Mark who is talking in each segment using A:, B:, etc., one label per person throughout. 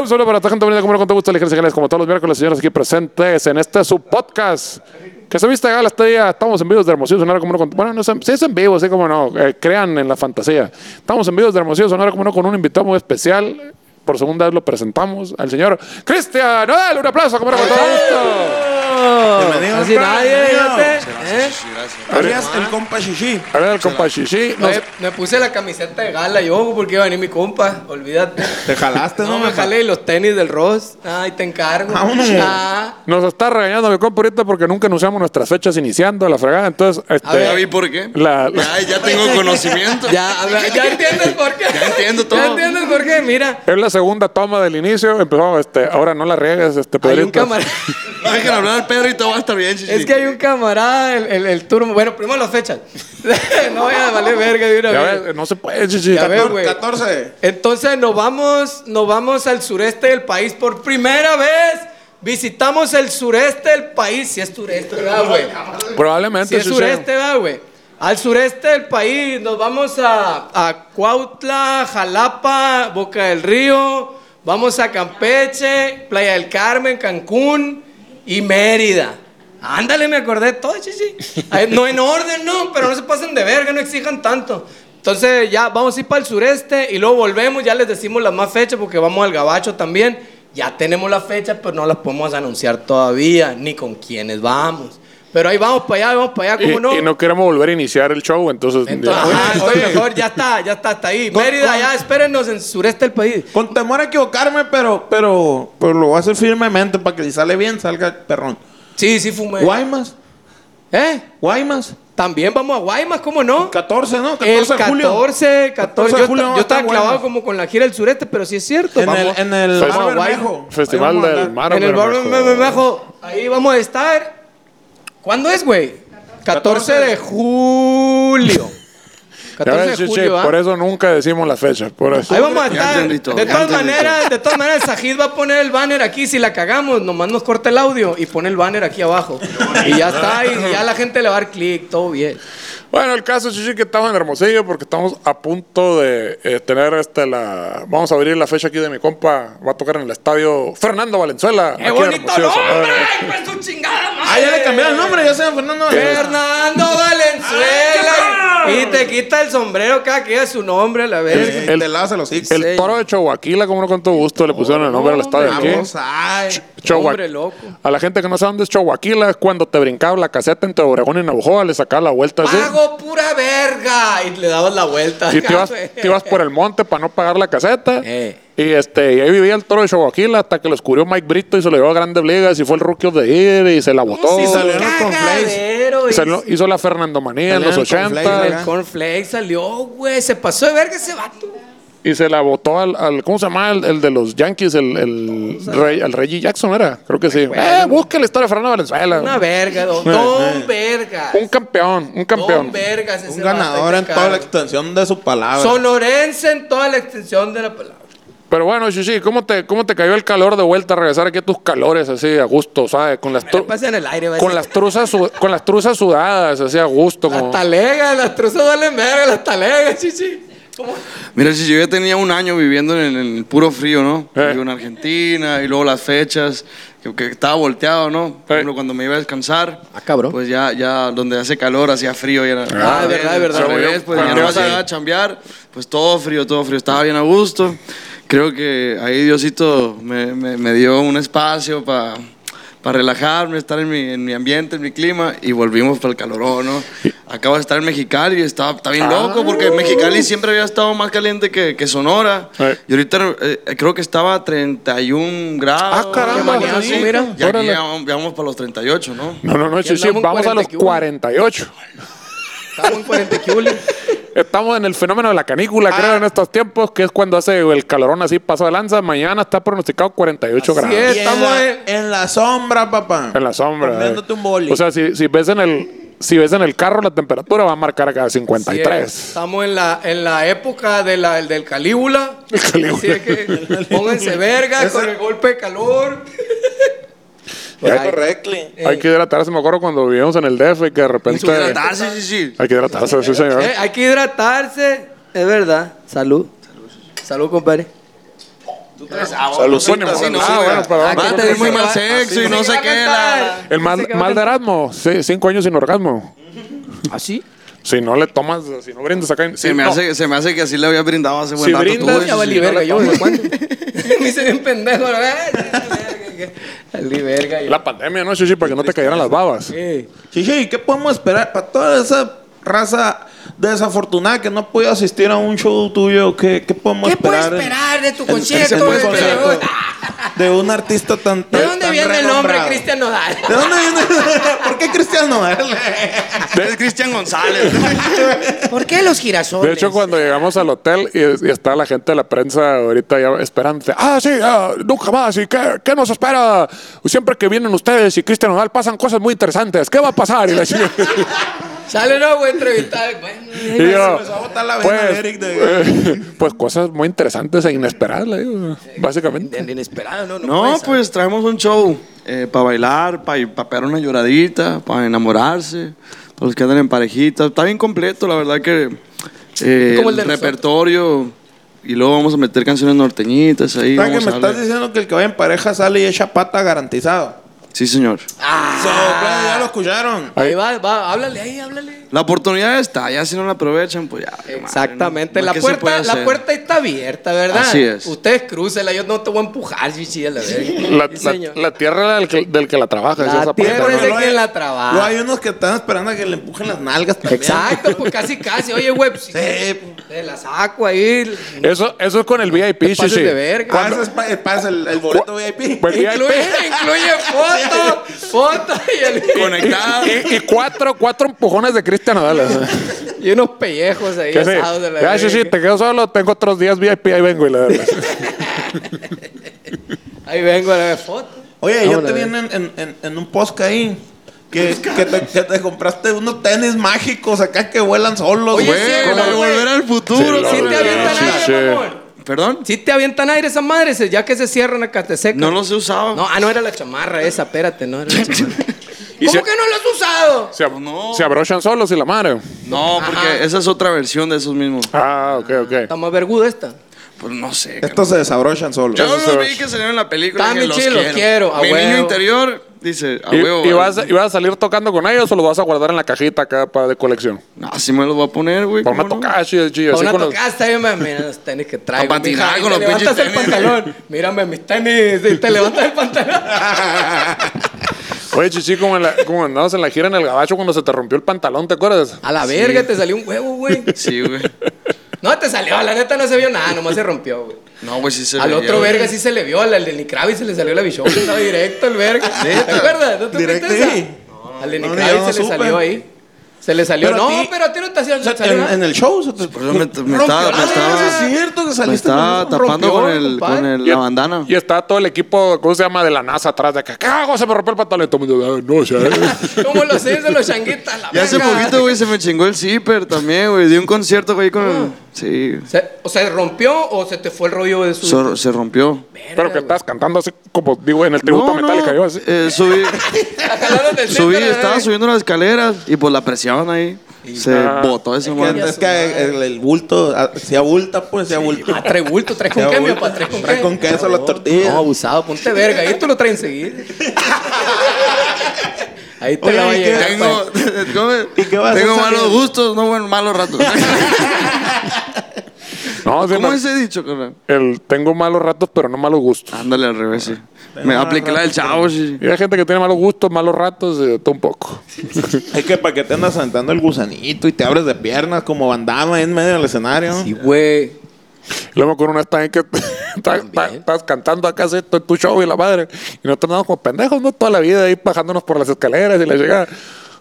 A: Un saludo para toda gente bonita, como no, con todo gusto, Ligeros y Gales, como todos los miércoles, señores aquí presentes en este su podcast. Que se viste gala este día, estamos en vivos de Hermosillo Sonora, como no, con- bueno, no sé, sí es en vivo, así como no, eh, crean en la fantasía. Estamos en vivos de Hermosillo Sonora, como no, con un invitado muy especial. Por segunda vez lo presentamos al señor Cristian Nodal, un aplauso, como no, con todo gusto.
B: Bienvenido.
C: Así nadie, fíjate. ¿eh?
B: Arias, el compa Shishi.
A: A ver, el compa Shishi, nos-
D: Eh.
C: Me, me puse la camiseta de gala yo porque iba a venir mi compa, olvídate.
B: Te jalaste,
C: Este No,
B: ¿no?
C: me jalé los tenis del Ross. Ay, te encargo.
B: Vámonos.
C: Ah,
A: nos está regañando mi compa ahorita porque nunca anunciamos nuestras fechas iniciando la fregada, entonces... Este,
C: ver,
D: Ya vi por qué.
A: La-
D: Ya, ya tengo conocimiento.
C: ya, a ver, ya entiendes por qué.
D: Ya entiendo todo.
C: Ya entiendes por qué, mira.
A: Es la segunda toma del inicio. Empezó, este, ahora no la riegues, este,
C: Hay un
A: Pedrito.
C: camarada.
D: No dejen hablar al Pedro y todo va a estar bien, chichi.
C: Es que hay un camarada, el, el, el turmo. Bueno, primero las fechas. no voy a valer verga de una
A: Ya
C: vez.
A: ves, no se puede, chichi.
C: Ya ves.
B: Cator-
C: güey.
B: 14.
C: Entonces nos vamos, nos vamos al sureste del país por primera vez. Visitamos el sureste del país, si es sureste, ¿verdad, güey?
A: Probablemente,
C: Si es
A: chichi.
C: sureste, ¿verdad, güey? Al sureste del país nos vamos a, a Cuautla, Jalapa, Boca del Río, vamos a Campeche, Playa del Carmen, Cancún y Mérida. Ándale, me acordé de todo, chichi. Ay, No en orden, no, pero no se pasen de verga, no exijan tanto. Entonces ya vamos a ir para el sureste y luego volvemos, ya les decimos las más fechas porque vamos al Gabacho también. Ya tenemos las fechas, pero no las podemos anunciar todavía, ni con quiénes vamos. Pero ahí vamos para allá, ahí vamos para allá, ¿cómo
A: Y,
C: no?
A: y no queremos volver a iniciar el show, entonces.
C: Entonces,
A: ya.
C: ah, oye, mejor ya está, ya está, hasta ahí.
B: Con-
C: Mérida,
B: con-
C: ya, espérenos en sureste del país.
B: Con temor a equivocarme, pero, pero, pero lo voy a hacer firmemente para que si sale bien, salga perrón.
C: Sí, sí, fumé.
B: Guaymas,
C: ¿Eh?
B: Guaymas.
C: También vamos a Guaymas, ¿cómo no?
B: 14, ¿no? 14
C: El
B: de julio.
C: 14, 14.
B: 14 de
C: Yo,
B: julio
C: ta-
B: vamos
C: yo
B: a estar
C: estaba clavado
B: Guaymas.
C: como con la gira del sureste, pero sí es cierto.
B: En el,
C: ah, Vamos-
B: en el
A: Festival-
B: Mar Bermejo. Ahí
A: Festival
B: vamos a
A: del
B: andar.
A: Mar
C: en el bar
A: Bermejo.
C: me- me- bajo. Ahí vamos a estar. ¿Cuándo es, güey? 14 de julio.
A: Ya
C: 14 de
A: ves, chichi,
C: julio, ¿ah?
A: por eso nunca decimos las fechas. Por eso.
C: Ahí vamos a
D: Ya
C: estar.
D: entendí todo,
C: De
D: ya
C: todas
D: entendí
C: maneras, de todas maneras, Sajid va a poner el banner aquí. Si la cagamos, nomás nos corta el audio y pone el banner aquí abajo. Y ya está, y ya la gente le va a dar clic, todo bien.
A: Bueno, el caso, Chichi, que estamos en Hermosillo porque estamos a punto de eh, tener este, la. Vamos a abrir la fecha aquí de mi compa. Va a tocar en el estadio Fernando Valenzuela.
C: ¡Qué
A: aquí en
C: bonito
A: Hermosillo,
C: nombre!
A: Sonora.
C: ¡Pues tu chingada madre!
B: Ah, ya le cambiaron el nombre, ya se llama Fernando.
C: Fernando Valenzuela. Y te quita el sombrero cada que diga su nombre a la verga.
B: El Este, de lazo los hijos.
A: El toro de Chihuahua, como no con todo gusto, le pusieron el nombre al estadio aquí.
B: Vamos, ay.
A: Chowak-
C: Hombre loco.
A: A la gente que no sabe dónde es Chowaquila, es cuando te brincaba la caseta entre Obregón y Navojoa, le sacabas la vuelta así.
C: ¡Pago pura verga! Y le dabas la vuelta.
A: Y te ibas, te ibas por el monte para no pagar la caseta.
C: Eh.
A: Y este, y ahí vivía el toro de Chowaquila hasta que lo descubrió Mike Brito y se lo llevó a grandes ligas y fue el rookie of the year y se la botó.
B: sí, salió?
A: Y
B: en los
C: Cagadero, y-
A: salió- hizo la Fernandomanía en los
B: Salió en el Conflakes,
A: 80
B: ¿verdad?
C: El cornflake salió, güey. Se pasó de verga ese vato.
A: y se la botó al, al- ¿cómo se llama? El, el de los Yankees, el, el, Rey- al Reggie Jackson era, creo que sí. Eh, busca la historia de Fernando Valenzuela.
C: Una verga, don, don verga.
A: un campeón, un campeón.
C: Don vergas ese
B: Un ganador
C: vato,
B: en toda la
C: Ricardo.
B: extensión de su palabra.
C: Sonorense en toda la extensión de la palabra.
A: Pero bueno, Shishi, ¿cómo te, ¿cómo te cayó el calor de vuelta a regresar aquí a tus calores así a gusto, ¿sabes? Con las, tru-
C: Pasa en el aire, va a
A: con
C: ser-
A: las, truzas, su- con las truzas sudadas, así a gusto.
C: Las
A: Como...
C: talegas, las truzas duelen verga, las talegas, chichi. ¿Cómo?
D: Mira, chichi, yo ya tenía un año viviendo en el, en el puro frío, ¿no?
A: Eh.
D: Vivo en Argentina y luego las fechas, que, que estaba volteado, ¿no? Por
A: Eh.
D: ejemplo, cuando me iba a descansar.
C: Ah, cabrón.
D: Pues ya, ya donde hace calor, hacía frío y era.
C: Ah, es verdad, es verdad.
D: Al revés, pues
A: Ah,
D: ya no vas
A: sí.
D: a chambear, pues todo frío, todo frío. Estaba bien a gusto. Creo que ahí Diosito me, me- me dio un espacio para. relajarme, estar en mi, en mi ambiente, en mi clima, y volvimos para el calorón, ¿no? Acabo de estar en Mexicali y estaba, está bien
A: Ah.
D: loco, porque Mexicali siempre había estado más caliente que, que Sonora.
A: Eh.
D: Y ahorita eh, creo que estaba a 31 grados.
A: Ah, caramba,
D: una cosa
C: sí,
D: así.
C: mira.
D: Y aquí
A: Órale.
D: ya vamos, ya vamos para los 38, ¿no?
A: No, no, no,
C: Ya
A: Shishi,
C: andamos
A: vamos a los
C: 41.
A: 48.
C: Estamos en 40 kilos.
A: Estamos en el fenómeno de la canícula,
B: Ah.
A: creo, en estos tiempos, que es cuando hace el calorón así, paso de lanza. Mañana está pronosticado 48
C: Así
A: grados.
C: es.
B: Y en,
C: Estamos
B: la,
C: en-
B: en la sombra, papá.
A: En la sombra.
B: Comiéndote
A: eh.
B: un boli.
A: O sea, si, si ves en el si ves en el carro la temperatura va a marcar acá 53.
C: Estamos en la, en la época de la, del Calígula.
A: Calígula.
C: Así es que pónganse verga con el golpe de calor.
B: Es
C: Ay,
B: correcto.
A: Hay que hidratarse, me acuerdo cuando vivíamos en el DF que de repente
D: Hidratarse, sí, sí.
A: hay que hidratarse, sí señor.
C: eh, hay que hidratarse. Es verdad. Salud. Salud, compadre.
D: Salucita,
A: Bueno,
D: sí, no,
A: ah,
D: güey.
A: bueno, perdón.
D: Ah, que te di muy mal sexo y no sé qué. la-
A: El mal, mal de Erasmo, sí, cinco años sin orgasmo.
B: ¿Ah,
C: ¿Así?
A: Si no le tomas, si no brindas acá. si
D: Se me,
A: no.
D: se, me hace que así le había brindado hace buen
A: Si
D: rato.
A: brindas,
D: güey.
C: Ya valí
D: Sí, sí,
C: verga,
D: sí.
C: yo me cuento. Me hice bien pendejo. ¿no? Ay, verga, Valí verga. yo.
A: La pandemia, ¿no? Sí, sí, para que no te cayeran las babas.
C: Eh,
B: Chichi, ¿qué podemos esperar para toda esa raza desafortunada que no ha podido asistir a un show tuyo? ¿Qué, qué podemos
E: ¿Qué puedes
B: esperar? en-
E: esperar de tu
B: ¿Qué
E: concierto?
B: puedes
E: de-
B: esperar
E: de-
B: de un artista tan
E: ¿De
B: tan-
E: dónde
B: tan
E: viene el nombre
B: renombrado?
E: Cristian Nodal?
B: ¿De dónde viene? ¿Por qué Cristian Nodal?
D: Es Cristian González.
E: ¿Por qué los
A: De
E: girasoles?
A: hecho, cuando llegamos al hotel y, y está la gente de la prensa ahorita ya esperando, ah, sí, ah, nunca más, ¿y qué, qué nos espera? Siempre que vienen ustedes y Cristian Nodal pasan cosas muy interesantes, ¿qué va a pasar? Y, la chingada.
C: Sale, no, güey, entrevistar. Bueno,
A: Y yo,
B: empezó a botar la vena de
A: pues,
B: Eric de-
A: eh, pues cosas muy interesantes e inesperadas, le digo, básicamente.
C: inesperado, no, no.
D: No,
C: puedes.
D: pues traemos un show para bailar, para pegar una lloradita, para enamorarse, para los que andan en parejita. Está bien completo, la verdad que eh,
C: Como el
D: el,
C: de nosotros.
D: repertorio. Y luego vamos a meter canciones norteñitas ahí.
B: Frank,
D: vamos
B: me
D: a
B: estás
D: darle.
B: diciendo que el que va en pareja sale y echa pata garantizado.
D: Sí, señor.
B: So,
E: Ah.
B: Frank, ya lo escucharon.
C: Ah, Ahí va, va, háblale ahí, háblale.
D: La oportunidad está, ya si no la aprovechan, pues ya. madre,
C: Exactamente,
D: no- no
C: la,
D: es que se puede
C: puerta, la
D: hacer.
C: puerta está abierta, ¿verdad?
D: Así es.
C: Ustedes crúcela, yo no te voy a empujar, chichi, a la verga.
A: La,
C: Sí,
A: la-
C: señor.
A: la tierra del que, del que la trabaja.
C: La
A: es esa parte,
C: tierra
A: ¿no?
C: es de
B: Luego
C: quien
B: hay-
C: la trabaja.
B: luego hay unos que están esperando a que le empujen las nalgas también.
C: Exacto, pues casi, casi. Oye, güey, pues, si
B: Sí.
C: te la saco ahí.
A: Eso, eso es con el VIP,
C: pases
A: Shishi.
C: de verga.
B: Ah, ese es pa- eh, pasa el, el boleto VIP.
A: Pues VIP.
C: Incluye, incluye foto, foto y, el-
D: Conectada.
A: Y, y cuatro, cuatro empujones de Cristian Nodal. ¿eh?
C: y unos pellejos ahí
A: Que sí.
C: asados de la
A: Ya, sí,
C: verga.
A: sí, te quedo solo, tengo otros días VIP, ahí vengo y la verdad.
C: Ahí vengo a ver foto.
B: Oye, yo
C: Vámonos,
B: te vi
C: eh.
B: en, en- en- en un post ahí. Que, que, te, que te compraste unos tenis mágicos acá que vuelan solos.
C: Oye,
B: güey.
C: sí,
D: Güey, como
C: ¿verdad,
D: de
C: güey?
D: volver al futuro.
A: Sí,
C: Si
D: cabrón.
C: te
A: no,
C: avientan
A: no, sí, sí.
C: aire, mamón.
D: ¿Perdón?
C: Si te avientan aire esas madres, ya que se cierran acá, te secan.
D: No los he usado.
C: No, ah, no era la chamarra esa, espérate, no era la chamarra.
A: Y
C: ¿Cómo
A: se-
C: que no lo has usado?
A: Se, ab-
D: No.
A: se abrochan solos y la madre.
D: No, porque esa es otra versión de esos mismos.
A: Ah, ok,
C: Está
A: ok.
C: más verguda esta.
D: Pues no sé. cabrón.
B: Estos se desabrochan solos.
D: Yo
A: Eso
D: no
A: es.
D: vi que salieron en la película.
C: Está
D: dije,
C: bien
D: los
C: chido, los quiero, a
D: Mi
C: huevo.
D: niño interior dice, a
A: ¿Y,
D: huevo.
A: y
D: a
A: vas,
D: huevo.
A: y vas a salir tocando con ellos o los vas a guardar en la cajita acá para de colección?
D: No, así me los voy a poner, güey.
A: Para una
D: ¿cómo no?
A: tocacha y- y
C: Para
A: así
C: una
A: con los...
C: tocada, está bien, mami, mira los tenis que traigo.
D: Pa' patinar
C: mija, y
D: con
C: te
D: los pinches
C: levantas el
D: tenis.
C: pantalón. Mírame mis tenis, y te levantas el pantalón.
A: Oye, chichi, como, en la- como andabas en la gira en el gabacho cuando se te rompió el pantalón, ¿te acuerdas?
C: A la verga, te salió un huevo, güey.
D: Sí, güey.
C: No, te salió, la neta no se vio nada, nomás se rompió, güey.
D: No, güey, sí se
C: Al
D: veía,
C: otro
D: güey.
C: verga sí se le vio, al del Lenny Kravitz se le salió la bichota, estaba directo el verga. ¿Te acuerdas? ¿No te
B: Directo,
C: fuiste esa?
B: sí.
C: Al Lenny
B: no, yo
C: Kravitz
B: no
C: se le
B: supe.
C: salió ahí. Se le salió.
B: Pero a
C: no,
B: ti-
C: pero a ti no te hacía.
B: O sea,
C: salió
B: en,
C: nada.
B: en el show se te-
D: Por eso me, me
B: Rompió
D: estaba,
B: la
D: me
B: verga,
D: estaba,
B: sí es cierto que
D: me
B: saliste con
D: estaba
B: un
D: tapando con,
C: rompión,
D: el,
C: compadre.
D: con el,
A: Y-
D: la bandana.
A: Y está todo el equipo, ¿cómo se llama? De la NASA atrás de acá. ¿Qué hago? Se me rompió el pantalón. Y todo el mundo, "Ah, no sé.
C: Como los seis de los changuitas, la
D: Y hace
C: verga.
D: poquito, güey, se me chingó el zipper también, güey. Di un concierto, güey, con
C: Ah.
D: el... Sí.
C: Se- o sea, ¿rompió o se te fue el rollo de su.
D: Se, se rompió.
A: Pero que estás cantando así como digo en el tributo
D: No, no,
A: metálica. Yo así.
D: eh, subí,
C: Jalaron del
D: subí,
C: centro,
D: estaba
C: eh.
D: subiendo las escaleras y por la presión ahí se botó ese
B: que-
D: madre.
B: Es que el, el bulto ah, se abulta, pues se abulta.
C: Ah, trae bulto, trae con
B: Se
C: qué, mi
B: abulta.
C: papá, trae con
B: Trae
C: qué.
B: con queso las tortillas.
C: No, abusado, ponte verga. Ahí tú lo traes enseguida. Ahí te
B: Oye,
C: la va a
B: ¿y qué?
C: llegar.
D: Tengo,
B: ¿Y qué vas a hacer,
D: tengo
B: Ah,
D: malos
B: Sergio?
D: gustos, no bueno, malos ratos.
A: No, sí,
D: ¿Cómo
A: me-
D: es ese dicho, carnal?
A: el, tengo malos ratos, pero no malos gustos.
D: Ándale al revés, sí. Me apliqué la del chavo, sí.
A: Y hay gente que tiene malos gustos, malos ratos, eh, todo un poco.
B: Es que para que te andas sentando el gusanito y te abres de piernas como bandama en medio del escenario.
C: Sí, güey.
A: Luego me acuerdo una vez también que ta- ta- estás cantando acá así, tu, tu show y la madre. Y nosotros andamos como pendejos, ¿no? Toda la vida ahí bajándonos por las escaleras y la llegada.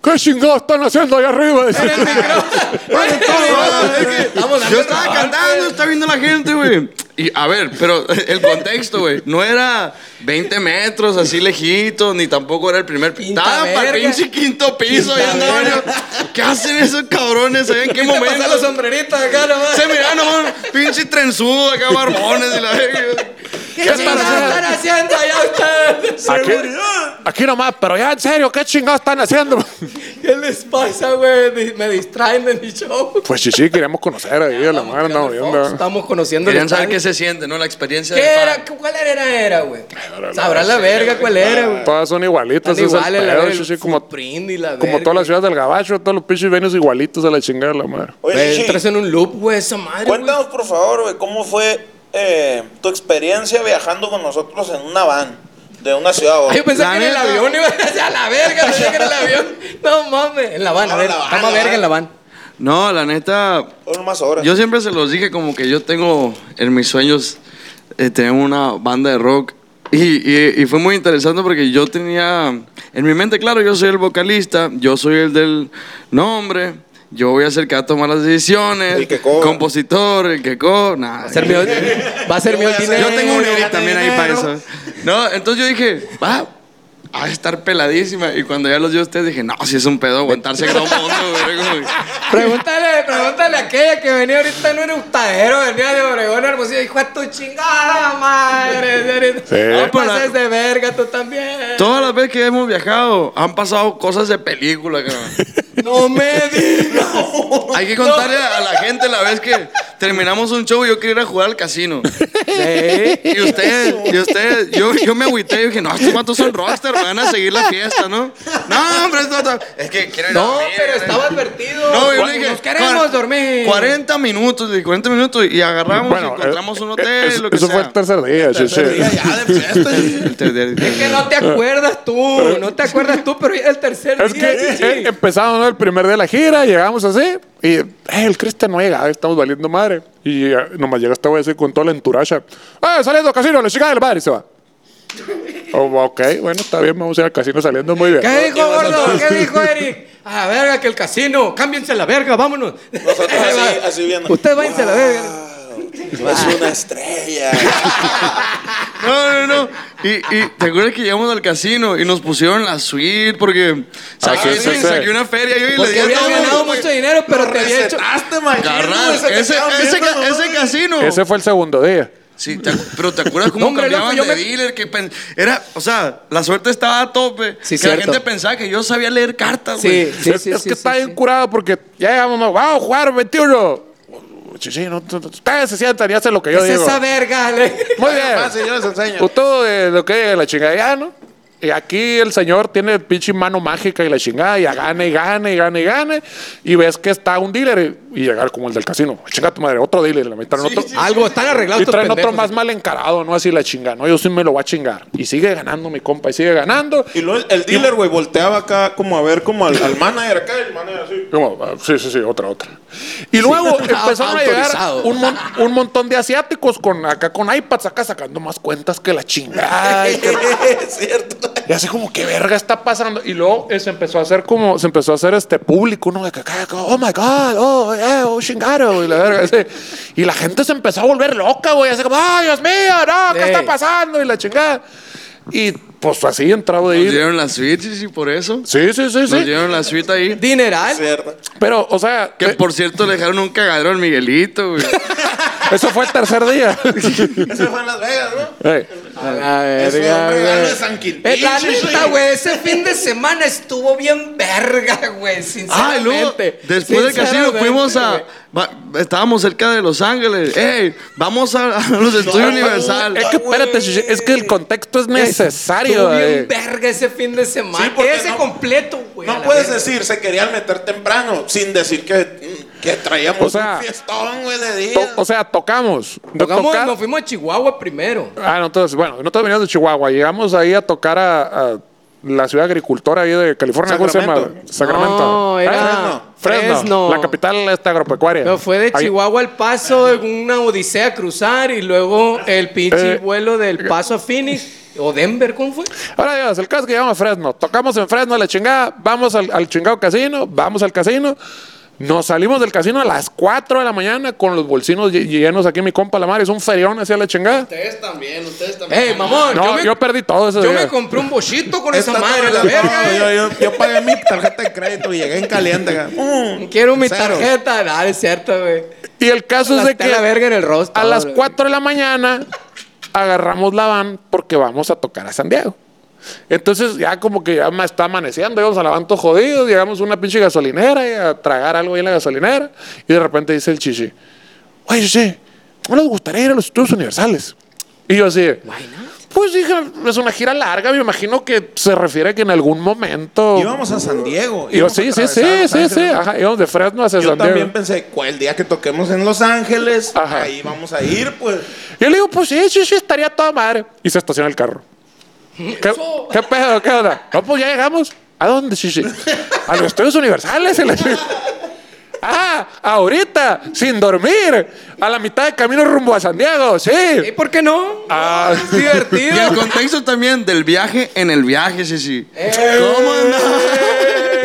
A: ¿Qué chingados están haciendo allá arriba?
C: el micrófono. Vamos a
D: Yo estaba cantando, estaba viendo la gente, güey. Y a ver, pero el contexto, güey, no era 20 metros así lejitos, ni tampoco era el primer piso.
C: Quinta
D: Estaba para el
C: verga.
D: pinche quinto piso,
C: Quinta
D: ya andaban yo.
C: verga.
D: ¿Qué hacen esos cabrones? ¿Sabían qué
C: ¿Viste pasar los
D: momento?
C: sombreritos acá nomás?
D: Se miraban nomás, pinche trenzudo acá, barbones y la verga.
E: ¿Qué
A: están
E: chingados
A: haciendo?
E: están haciendo?
C: haciendo allá ustedes?
A: Aquí, aquí nomás, pero ya en serio, ¿qué chingados están haciendo?
C: ¿Qué les pasa, güey? Di- Me distraen de mi show.
A: Pues chichi, queremos conocer ahí a la madre, andamos viendo.
C: Estamos conociendo el
D: Querían saber qué
C: estadio.
D: se siente, ¿no? La experiencia
C: ¿Qué
D: de fan.
C: era? ¿Cuál era, era, güey? Sabrá la verga cuál era, güey.
A: Todas son igualitas, ese
C: Están
A: es el
C: iguales, la
A: pedo,
C: verga.
A: chichi,
C: el
A: como,
C: footprint y la
A: como
C: verga.
A: todas las ciudades del gabacho, todos los pinches venues igualitos a la chingada de la madre.
C: Güey,
B: Oye, Chichi,
C: Pues, entras en un loop, güey, esa madre. güey.
B: cuéntanos por favor, güey, cómo fue eh, tu experiencia viajando con nosotros en una van de una ciudad a
C: Ah,
B: otra.
C: yo pensé
D: La
C: que era el
D: neta.
C: avión, iba a la verga, pensé que era el avión. No mames, en la van, a
B: No,
C: ver,
B: la van,
C: está más
B: la
C: verga
B: van.
C: en la van.
D: No, la neta,
B: Fueron más horas.
D: Yo siempre se los dije como que yo tengo en mis sueños eh, tener una banda de rock. Y, y- y fue muy interesante porque yo tenía, en mi mente, claro, yo soy el vocalista, yo soy el del nombre, yo voy a ser el que va a tomar las decisiones,
B: El que cobra.
D: compositor, el que co, nada.
C: Va a ser mío, va a ser mío el
D: Yo
C: dinero.
D: tengo un Eric también ahí para
C: dinero.
D: eso. No, entonces yo dije, va. A estar peladísima. Y cuando ya los dio a ustedes, dije, no, si es un pedo aguantarse a todo mundo, güey. Como que-
C: Pregúntale, pregúntale a aquella que venía ahorita, no era un tadero, venía de Obregón, Hermosillo, hijo de tu chingada madre.
A: Sí.
C: No
A: Ah,
D: pero la-
C: pases de verga tú también.
D: Todas las veces que hemos viajado han pasado cosas de película, cabrón.
C: No me digas.
D: Hay que contarle a la gente la vez que terminamos un show y yo quería ir a jugar al casino. Y ustedes, y ustedes, yo, yo me agüité y dije, no, estos matos son rockstar, van a seguir la fiesta, ¿no? No, hombre, esto, esto- es que quiero ir a
C: No,
D: dormir,
C: pero
D: quiero ir a-
C: estaba advertido.
D: No, yo le dije,
C: Nos queremos
D: "Cuar-
C: dormir.
D: 40 minutos, le dije, 40 minutos y agarramos y encontramos
A: eh,
D: un
A: eh,
D: hotel,
A: eso,
D: lo que
A: eso
D: sea.
A: fue el tercer día, chichi.
B: Ya, de fiesta, Chichi.
D: El tercer día.
C: Es que no te acuerdas tú, no te acuerdas tú, pero ya era el tercer
A: Es que
C: día.
A: eh,
C: chichi.
A: empezamos ¿no? el primer día de la gira, llegamos así, y eh, el Cristian no llega, estamos valiendo madre. Y eh, nomás llega esta güey así con toda la enturacha. ¡Eh, saliendo al casino, la chica del madre! Y se va. Oh, ok, bueno, está bien, vamos a ir al casino saliendo muy bien.
C: ¿Qué dijo gordo? ¿Qué dijo Eric? A la verga que el casino, cámbiense a la verga, vámonos.
B: Nosotros así, así viendo.
C: Usted váyanse a la verga.
B: No es una estrella.
D: No, no, no. Y, y te acuerdas que llegamos al casino y nos pusieron la suite porque saqué,
A: sí, sí, sí.
D: saqué una feria yo y le
C: Porque
D: dije,
C: habías
D: no,
C: ganado
D: güey,
C: mucho dinero, pero te había hecho.
B: Recetaste, machín,
D: carnal,
B: güey, se te
D: ese,
B: quedan
D: ese,
B: viendo,
D: ca-
B: ¿no?
D: ese casino.
A: Ese fue el segundo día.
D: Sí, te acu- pero te acuerdas cómo
C: No, hombre, loco,
D: cambiaban
C: yo
D: de
C: me-
D: dealer. Que pen- era, o sea, la suerte estaba a tope.
C: Sí,
D: que la
C: cierto.
D: gente pensaba que yo sabía leer cartas, güey.
C: Sí, sí,
A: es
C: sí.
A: es
C: sí,
A: que
C: sí,
A: está bien
C: sí.
A: curado porque ya llegamos, no, vamos a jugar 21. Chichi, no, no, no, ustedes se sientan y hacen lo que yo
C: ¿Qué es
A: digo.
C: esa verga, Ale?
A: Muy
B: Ah,
A: bien.
B: sí, yo les enseño.
A: Pues todo de lo que de la chingada, ya, ¿no? Y aquí el señor tiene pinche mano mágica y la chingada, y ya gana y gana y gana y gana. Y ves que está un dealer y, y llegar como el del casino. Chinga tu madre, otro dealer. Le metieron otro. Ah,
C: Algo, están arreglados
A: Y
C: estos
A: traen otro
C: pendejos.
A: más mal encarado, ¿no? Así la chinga. No, yo sí me lo voy a chingar. Y sigue ganando mi compa, y sigue ganando.
B: Y luego el- el dealer, güey, volteaba acá como a ver como al, al manager acá, el manager así.
A: Como, ah, sí, sí, sí, otra, otra. Y luego empezaron a llegar
C: Autorizado.
A: un, mon- un montón de asiáticos con acá con iPads, acá sacando más cuentas que la chingada. y que-
B: es cierto.
A: Y así como, ¿qué verga está pasando? Y luego eh, se empezó a hacer como, se empezó a hacer este público, ¿no? De que, que- que, oh my God, oh, eh, oh, chingaro, y la verga. así. Y la gente se empezó a volver loca, güey. Así como, ¡ay, Dios mío, no! ¿Qué
C: Ey.
A: está pasando? Y la chingada. Y pues así entraba de
D: Nos
A: ir.
D: dieron la suite, sí, sí, por eso.
A: Sí, sí, sí,
D: Nos
A: sí.
D: dieron la suite ahí.
C: Dineral.
B: Cierto.
A: Pero, o sea,
D: Que
A: eh,
D: por cierto le dejaron un cagadero al Miguelito, güey.
A: eso fue el tercer día.
B: Ese fue en Las Vegas, ¿no?
A: Ey.
C: A
B: Ese fue un
C: verga,
B: regalo de
C: güey.
B: San Quintín.
C: Eh, La
B: sí, sí.
C: neta, güey, ese fin de semana estuvo bien verga, güey,
D: Ah, y luego,
C: sinceramente.
D: después del casino
C: Sinceramente,
D: fuimos a.
C: güey.
D: va- estábamos cerca de Los Ángeles. ¡Ey! Vamos a, a los estudios Universal.
A: Es que espérate, Shishi, es que el contexto es necesario.
C: Ah, Estuvo bien
A: eh.
C: verga ese fin de semana.
B: Sí, porque
C: ese
B: no-
C: completo, güey. a
B: No
C: la
B: puedes
C: verga.
B: decir, se querían meter temprano, sin decir que, que traíamos
A: O sea,
B: un fiestón, güey, de día.
A: To- o sea, tocamos. De
C: Tocamos-
A: tocar-
C: nos fuimos a Chihuahua primero.
A: Ah, no, entonces, bueno, nosotros veníamos de Chihuahua. Llegamos ahí a tocar a, a la ciudad agricultora ahí de California. ¿Cómo se llama?
B: Sacramento.
A: Sacramento.
C: No, era
A: ¿Eh?
B: Fresno.
A: Fresno,
C: Fresno.
A: la capital esta agropecuaria.
C: Pero fue de
A: Ahí-
C: Chihuahua al Paso, una odisea cruzar y luego el pinche
A: Eh,
C: vuelo del Paso a Phoenix o Denver, ¿cómo fue?
A: Ahora Dios, el caso es que llegamos a Fresno. Tocamos en Fresno a la chingada, vamos al, al chingado casino, vamos al casino. Nos salimos del casino a las 4 de la mañana con los bolsinos lle- llenos aquí, mi compa Lamar. Es un ferión hacia la chingada.
D: Ustedes también, ustedes también.
C: ¡Ey, Eh, mamón!
A: No,
C: yo
A: yo,
C: me,
A: perdí todo ese
C: yo
A: día.
C: me compré un bochito con
B: Esta
C: esa madre, la
B: no,
C: verga. eh.
B: Yo, yo, yo pagué mi tarjeta de crédito y llegué en caliente. acá. Mm,
C: Quiero mi
B: cero.
C: tarjeta. No, no es cierto, güey.
A: Y el caso es de
C: Aplasté
A: que
C: la verga en el rostro.
A: a las
C: güey.
A: 4 de la mañana agarramos la van porque vamos a tocar a San Diego. Entonces ya como que ya ma- está amaneciendo, íbamos a la van todos jodidos, llegamos a una pinche gasolinera y a tragar algo ahí en la gasolinera. Y de repente dice el chichi, oye, chichi, ¿no les gustaría ir a los estudios universales? Y yo así, de, pues dije, es una gira larga, me imagino que se refiere a que en algún momento...
B: Íbamos a San Diego.
A: Y yo,
B: íbamos a
A: sí, sí, sí,
B: atravesar Los
A: sí, sí,
B: Ángeles.
A: ajá, íbamos de Fresno hacia
B: Yo
A: San Diego.
B: también pensé, ¿cuál el día que toquemos en Los Ángeles?
A: Ajá.
B: Ahí vamos a ir, pues.
A: Yo le digo, pues sí, sí, sí, estaría toda madre. Y se estaciona el carro. ¿Qué, ¿qué pedo? ¿Qué onda? No, pues ya llegamos. ¿A dónde, sí, sí? A los estudios universales. y la chi- ah, ahorita, sin dormir, a la mitad de camino rumbo a San Diego,
C: ¿Y
A: sí.
C: por qué no?
A: Ah.
C: Es divertido.
D: Y el contexto también del viaje en el viaje, sí, sí. ¿Cómo andaba?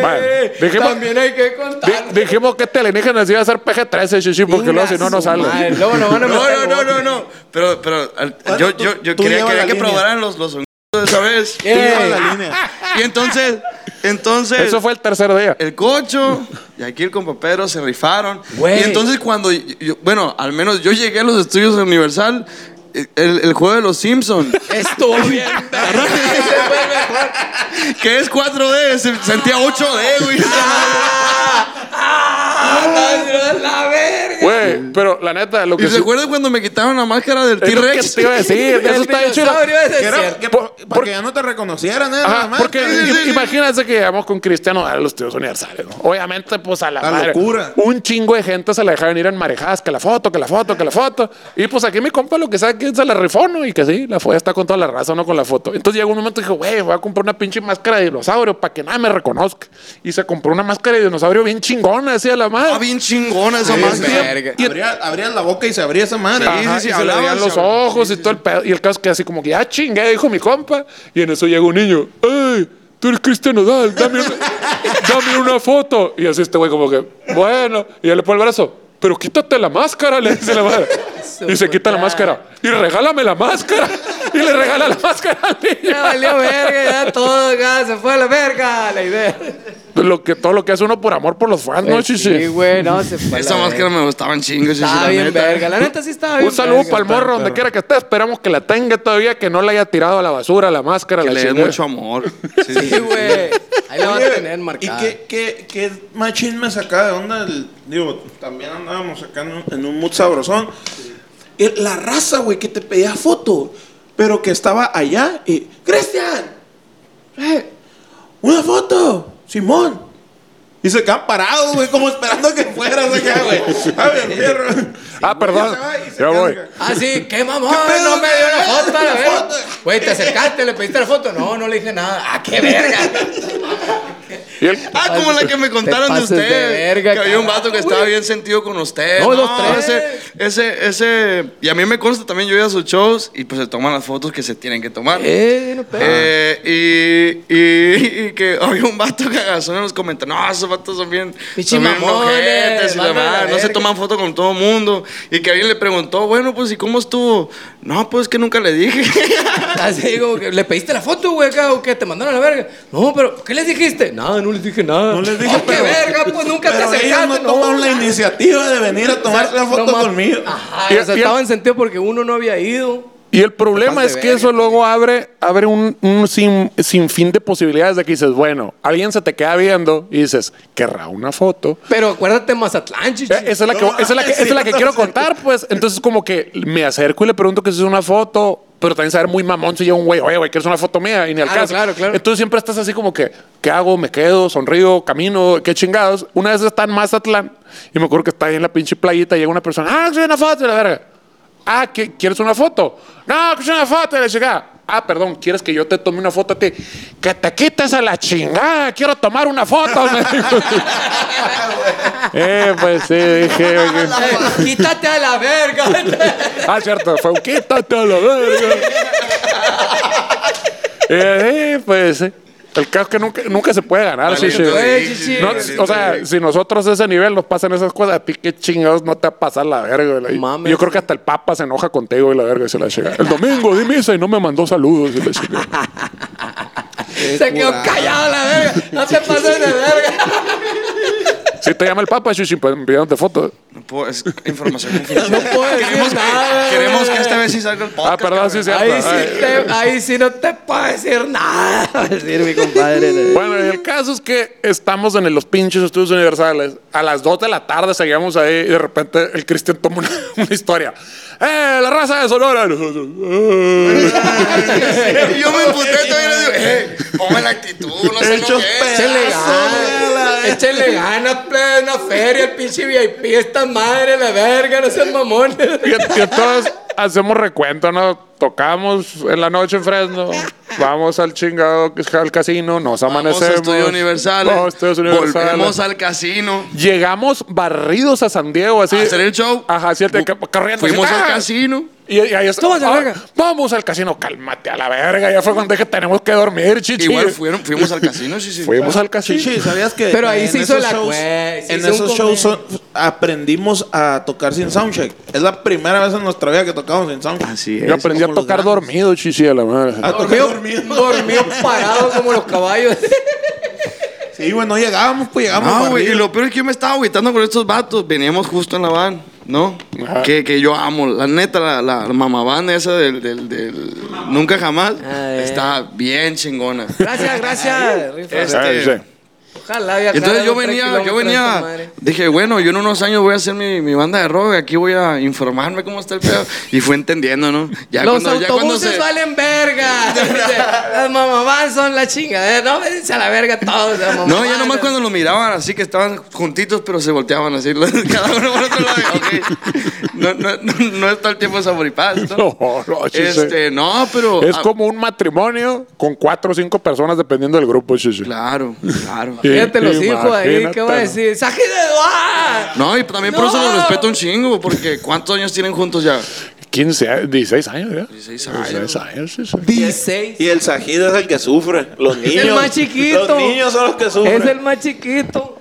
A: Bueno, dijimos,
C: También hay que
A: di-
C: contar.
A: dijimos que este alienígena se iba a hacer PG-13, sí, sí, porque luego si no, no
C: Madre,
A: sale.
C: Luego no van a
D: No, no,
C: meter
D: no,
C: gol.
D: no, no. Pero, pero, al-
B: Bueno,
D: yo,
B: tú-
D: yo, yo
B: tú
D: quería,
B: lleva
D: quería
B: la
D: que
B: línea.
D: probaran los, los honguitos de esa vez.
B: Tú lleva la
A: Ah,
B: línea.
D: Y entonces, entonces.
A: Eso fue el tercer día.
D: el cocho y aquí el compa Pedro se rifaron.
C: Güey.
D: Y entonces cuando, yo- yo- bueno, al menos yo llegué a los estudios de Universal, el, el juego de los Simpsons,
C: Estuvo bien. verga. Ese fue el mejor.
D: que es 4D, se- sentía 8D, güey.
C: Ah, no, no, la verga.
A: Güey, pero la neta, lo que
D: Y
A: sí-
D: recuerdo cuando me quitaron la máscara del
A: es lo que
D: T-Rex.
A: te iba a decir, eso
C: El
A: está hecho. y la-
C: dinosaurio ese es
B: Que era,
C: cierto.
B: que,
A: Por-
B: para
A: por-
B: que ya no te reconocieran, ¿eh? nada
A: Ajá,
B: más.
A: porque
D: Sí, sí, sí.
A: imagínate que llegamos con Cristiano a los tíos universales. ¿no? Obviamente, pues a la,
B: La
A: madre.
B: locura.
A: Un chingo de gente se la dejaron ir en marejadas, que la foto, que la foto, que la foto. Y pues aquí mi compa lo que sabe que se la rifó, ¿no? Y que sí, la fue está con toda la raza, no con la foto. Entonces llegó un momento y dijo, güey, voy a comprar una pinche máscara de dinosaurio para que nadie me reconozca. Y se compró una máscara de dinosaurio bien chingona, así a la madre.
D: Ah, bien chingona esa máscara.
C: verga.
B: Abría, abría la boca y se abría esa madre.
D: Sí,
A: Ajá,
D: sí,
A: y
D: sí,
A: se le veían
D: hablaban,
A: los
D: se hablaban.
A: ojos y todo el pedo. Y el caso es que así como que, ah, chingue, dijo mi compa. Y en eso llega un niño, ¡Ey! Tú eres Cristiano Dal, dame una, dame una foto. Y así este güey como que, bueno. Y ya le pone el brazo, pero quítate la máscara, le dice la madre. Y se quita la máscara. Y regálame la máscara. Y le regala la máscara al niño.
C: Ya valió verga, ya todo, ya se fue a la verga la idea.
A: Pues Lo que, todo lo que hace uno por amor por los fans, ¿no, chichi?
C: Eh, Sí, güey, no, se fue a la
D: Esa
C: verga.
D: máscara me gustaba en chingo, sí, sí,
C: Estaba
D: la
C: bien
D: neta.
C: verga, la neta sí estaba bien
A: Un saludo
C: verga.
A: para el morro, donde quiera que esté. Esperamos que la tenga todavía, que no la haya tirado a la basura, la máscara,
D: Que
A: la
D: le des
A: chingada.
D: mucho amor. Sí, sí,
C: Sí,
D: sí.
C: güey. Ahí la van a
B: Oye,
C: tener marcada.
B: ¿Y qué, qué, qué machín me sacaba de onda? el- digo, también andábamos acá en un, en un mood sabrosón. El- La raza, güey, que te pedía foto, pero que estaba allá y... ¡Cristian! eh, ¡Una foto! ¡Simón! Y se quedan parados, güey, como esperando que fueras acá, güey. A ver, fierro.
A: Ah, perdón.
B: Ya se va
A: Ya
B: y se queda
A: voy.
B: acá.
C: Ah, sí, qué mamón,
B: ¿Qué pedo,
C: no me dio la
B: güey?
C: foto, a la verga.
B: Foto.
C: Güey, te acercaste, le pediste la foto. No, no le dije nada. Ah, qué verga.
A: Y el-
D: Ah, como la que me contaron de
C: pases de
D: usted.
C: verga,
D: que había un
C: carajo,
D: vato que estaba bien sentido con usted.
C: No, dos, tres.
D: Ese, ese, ese. Y a mí me consta también, yo iba a sus shows y pues se toman las fotos que se tienen que tomar.
C: Eh, ah. no pedo.
D: Eh, y, y, y que había un vato cagazón en los comentarios. No, esos vatos son bien.
C: Pinche
D: Son bien
C: mamones,
D: mojetes y
C: van a la
D: demás. No se
C: verga.
D: toman foto con todo el mundo. Y que alguien le preguntó, bueno, pues, ¿y cómo estuvo? No, pues que nunca le dije.
C: Así como que le pediste la foto, güey, acá, o que te mandaron a la verga. No, pero ¿qué les dijiste? Nada, no les dije nada.
B: No les dije,
C: "Ah, qué
B: pero-
C: verga, pues nunca te
B: Pero ellos
C: acercaste.
B: no tomaron la iniciativa de venir a tomarse una foto
C: ma-
B: conmigo.
C: Ajá,
A: Y-
C: o sea,
A: y-
C: estaba en sentido porque uno no había ido.
A: Y el problema
C: Te pasas
A: es
C: de
A: que
C: verga,
A: eso luego abre, abre un, un sin, sinfín de posibilidades de que dices, bueno, alguien se te queda viendo y dices, querrá una foto.
C: Pero acuérdate Mazatlán, chichi.
A: Eh, Esa es la que,
B: No,
A: esa es la que, esa es la que quiero contar, pues. Entonces, como que me acerco y le pregunto que si es una foto, pero también saber muy mamón si llega un güey, oye, güey, ¿quieres una foto mía? Y ni al
C: Claro,
A: caso.
C: claro, claro.
A: Entonces, siempre estás así como que, ¿qué hago? ¿Me quedo? ¿Sonrío? ¿Camino? ¿Qué chingados? Una vez está en Mazatlán y me acuerdo que está ahí en la pinche playita y llega una persona, ah, soy una foto, y la verga. Ah, ¿qué- ¿quieres una foto? No, que soy una foto, y la chica. Ah, perdón, ¿quieres que yo te tome una foto a ti? Que te quites a la chingada, quiero tomar una foto. me dijo. eh, pues sí, dije. ok.
C: Eh, Quítate a la verga.
A: Ah, cierto, fue un quítate a la verga. Eh, eh, pues, eh, el caso es que nunca, nunca se puede ganar. sí, sí.
C: Güey, chichi.
A: No, o sea, si nosotros a ese nivel nos pasan esas cosas, a ti qué chingados no te va a pasar la verga. güey.
C: Mames.
A: Yo creo que hasta el Papa se enoja contigo y la verga y se la llega. El domingo di misa y no me mandó saludos. y la chingada.
C: Se quedó callado la verga. No te pases de verga.
A: Si te llama el Papa, Chuchi, pues enviándote fotos.
D: No puedo- es información confidencial.
C: No puedo decir
D: Queremos que,
C: nada,
D: queremos que
C: güey.
D: esta vez sí salga el podcast.
A: Ah, perdón,
D: cabrón.
A: sí, es cierto.
C: Ahí sí,
A: Ay.
C: te- ahí sí no te puedo decir nada. Va a Decir mi compadre.
A: Bueno, el caso es que estamos en los pinches estudios universales. A las 2 de la tarde seguíamos ahí y de repente el Cristian toma una, una historia. ¡Eh, la raza de Sonora!
D: Y yo me emputé también y digo, eh, ponme la actitud, no sé lo
B: Hechos
D: que es.
C: Échale
B: pedazos, güey, a la
C: ganas, échale ganas, plebe, una feria, el pinche VIP, esta madre, la verga, no seas mamón.
A: Y, y entonces hacemos recuento, ¿no? Tocamos en la noche en Fresno, vamos al chingado al casino, nos
D: Vamos a
A: amanecemos.
D: Estudio Universal.
A: Vamos a Estudios Universales.
D: Volvemos al casino.
A: Llegamos barridos a San Diego, así.
D: A hacer el show.
A: Ajá, siete,
D: Bu-
A: corriendo.
D: Fuimos
A: así,
D: al
A: ¡ah!
D: casino.
A: Y, y ahí está.
C: Tomas la
A: Ah,
C: verga.
A: Vamos al casino, cálmate a la verga. Ya fue cuando dije, tenemos que dormir, chichi.
D: Igual fueron, fuimos al casino, sí, sí.
A: Fuimos al casino.
B: Chichi, ¿sabías que?
C: Pero ahí
B: en
C: se hizo
B: esos
C: la
B: shows-
C: cue- se
B: En
C: hizo un
B: esos
C: conven-
B: shows son- aprendimos a tocar sin soundcheck. Es la primera vez en nuestra vida que tocamos sin soundcheck.
D: Así
A: Yo aprendí a
B: como los
A: tocar
B: grandes. Ah,
A: dormido, chichi, a la madre.
B: A tocar
C: Dormido,
B: dormido.
C: dormido parado como los caballos.
B: Sí, güey, no llegábamos, pues llegábamos.
D: Ah, No, güey, y
B: barridos.
D: lo peor es que yo me estaba agüitando con estos vatos. Veníamos justo en la van, ¿no?
A: Ajá.
D: Que, que yo amo. La neta, la, la mamabanda esa del, del, del Nunca Jamás
C: Ah, eh.
D: está bien chingona.
C: Gracias, gracias. rifa.
A: Ah,
D: Este,
A: sí.
C: Ojalá viajara
D: Entonces yo
C: los tres
D: venía, yo
C: kilómetros esta
D: venía,
C: madre.
D: dije, bueno, yo en unos años voy a hacer mi, mi banda de rock, aquí voy a informarme cómo está el pedo. Y fue entendiendo, ¿no? Ya
C: Los
D: cuando- ya cuando
C: autobuses
D: se-
C: valen verga. Dice, las mamamás son la chingadera. No, vénganse a la verga todos. las
D: No,
C: mamamás.
D: ya nomás cuando lo miraban así que estaban juntitos, pero se volteaban así, cada uno por otro lado. Ok. No, no, no, no es todo el tiempo sabor y paz, ¿no?
A: No, no, sí,
D: este, no, pero.
A: Es
D: ah,
A: como un matrimonio con cuatro o cinco personas dependiendo del grupo, chichi.
D: Claro, claro.
A: Sí.
C: Fíjate los hijos ahí, ¿qué
A: Imagínate,
C: voy a
A: ¿no?
C: decir? ¡Saje de ¡Ah!
D: No, y también por eso
C: No.
D: los respeto un chingo, porque ¿cuántos años tienen juntos ya?
A: 15, a- 16 años, ¿ya? 16
D: años.
A: 16 años, sí, sí.
C: 16.
B: Y el Sajid es el que sufre. Los niños.
C: el más chiquito.
B: Los niños son los que sufren.
C: Es el más chiquito.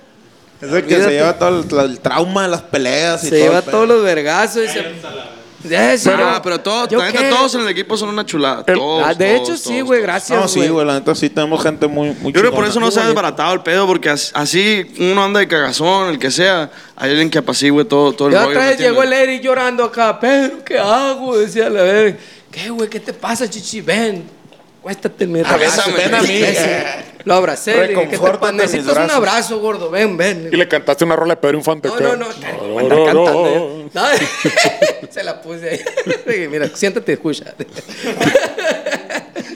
B: Es el que
C: Fíjate.
B: se lleva todo el, la- el trauma de las peleas y
C: Se lleva
B: todo.
C: todos los vergazos. Y se... Ya, sí,
D: Pero,
C: yo-
D: Ah, pero todos,
C: yo
D: la neta,
C: qué-
D: todos en el equipo son una chulada.
A: El-
D: todos,
C: Ah, de
D: todos,
C: hecho, sí,
D: todos,
C: güey,
D: todos.
C: gracias.
B: No, sí,
C: güey.
B: güey, la neta sí tenemos gente muy, muy
D: Yo creo que por
B: chingona.
D: eso no se ha desbaratado el pedo, porque as- así uno anda de cagazón, el que sea, hay alguien que apacigüe todo, todo el
C: La
D: rollo.
C: otra
D: ¿me
C: vez llegó el
D: entiendes?
C: Eric llorando acá, Pedro, ¿qué hago? Decía la verga. ¿Qué, güey? ¿Qué te pasa, chichi? Ven, cuéstate en mi regazo.
D: bésame. Ven a mí.
C: Lo abracé. le dije, ¿qué te
B: Reconfórtate
C: pasa?
B: en mis
C: Necesitas un
B: brazos.
C: abrazo, gordo. Ven, ven.
A: Y le cantaste una rola de Pedro Infante.
C: No,
A: ¿qué?
C: no, no.
A: No,
C: Anda
A: no,
C: cantando,
A: no.
C: ¿eh? No, Se la puse ahí. Dije, Mira, siéntate y escucha.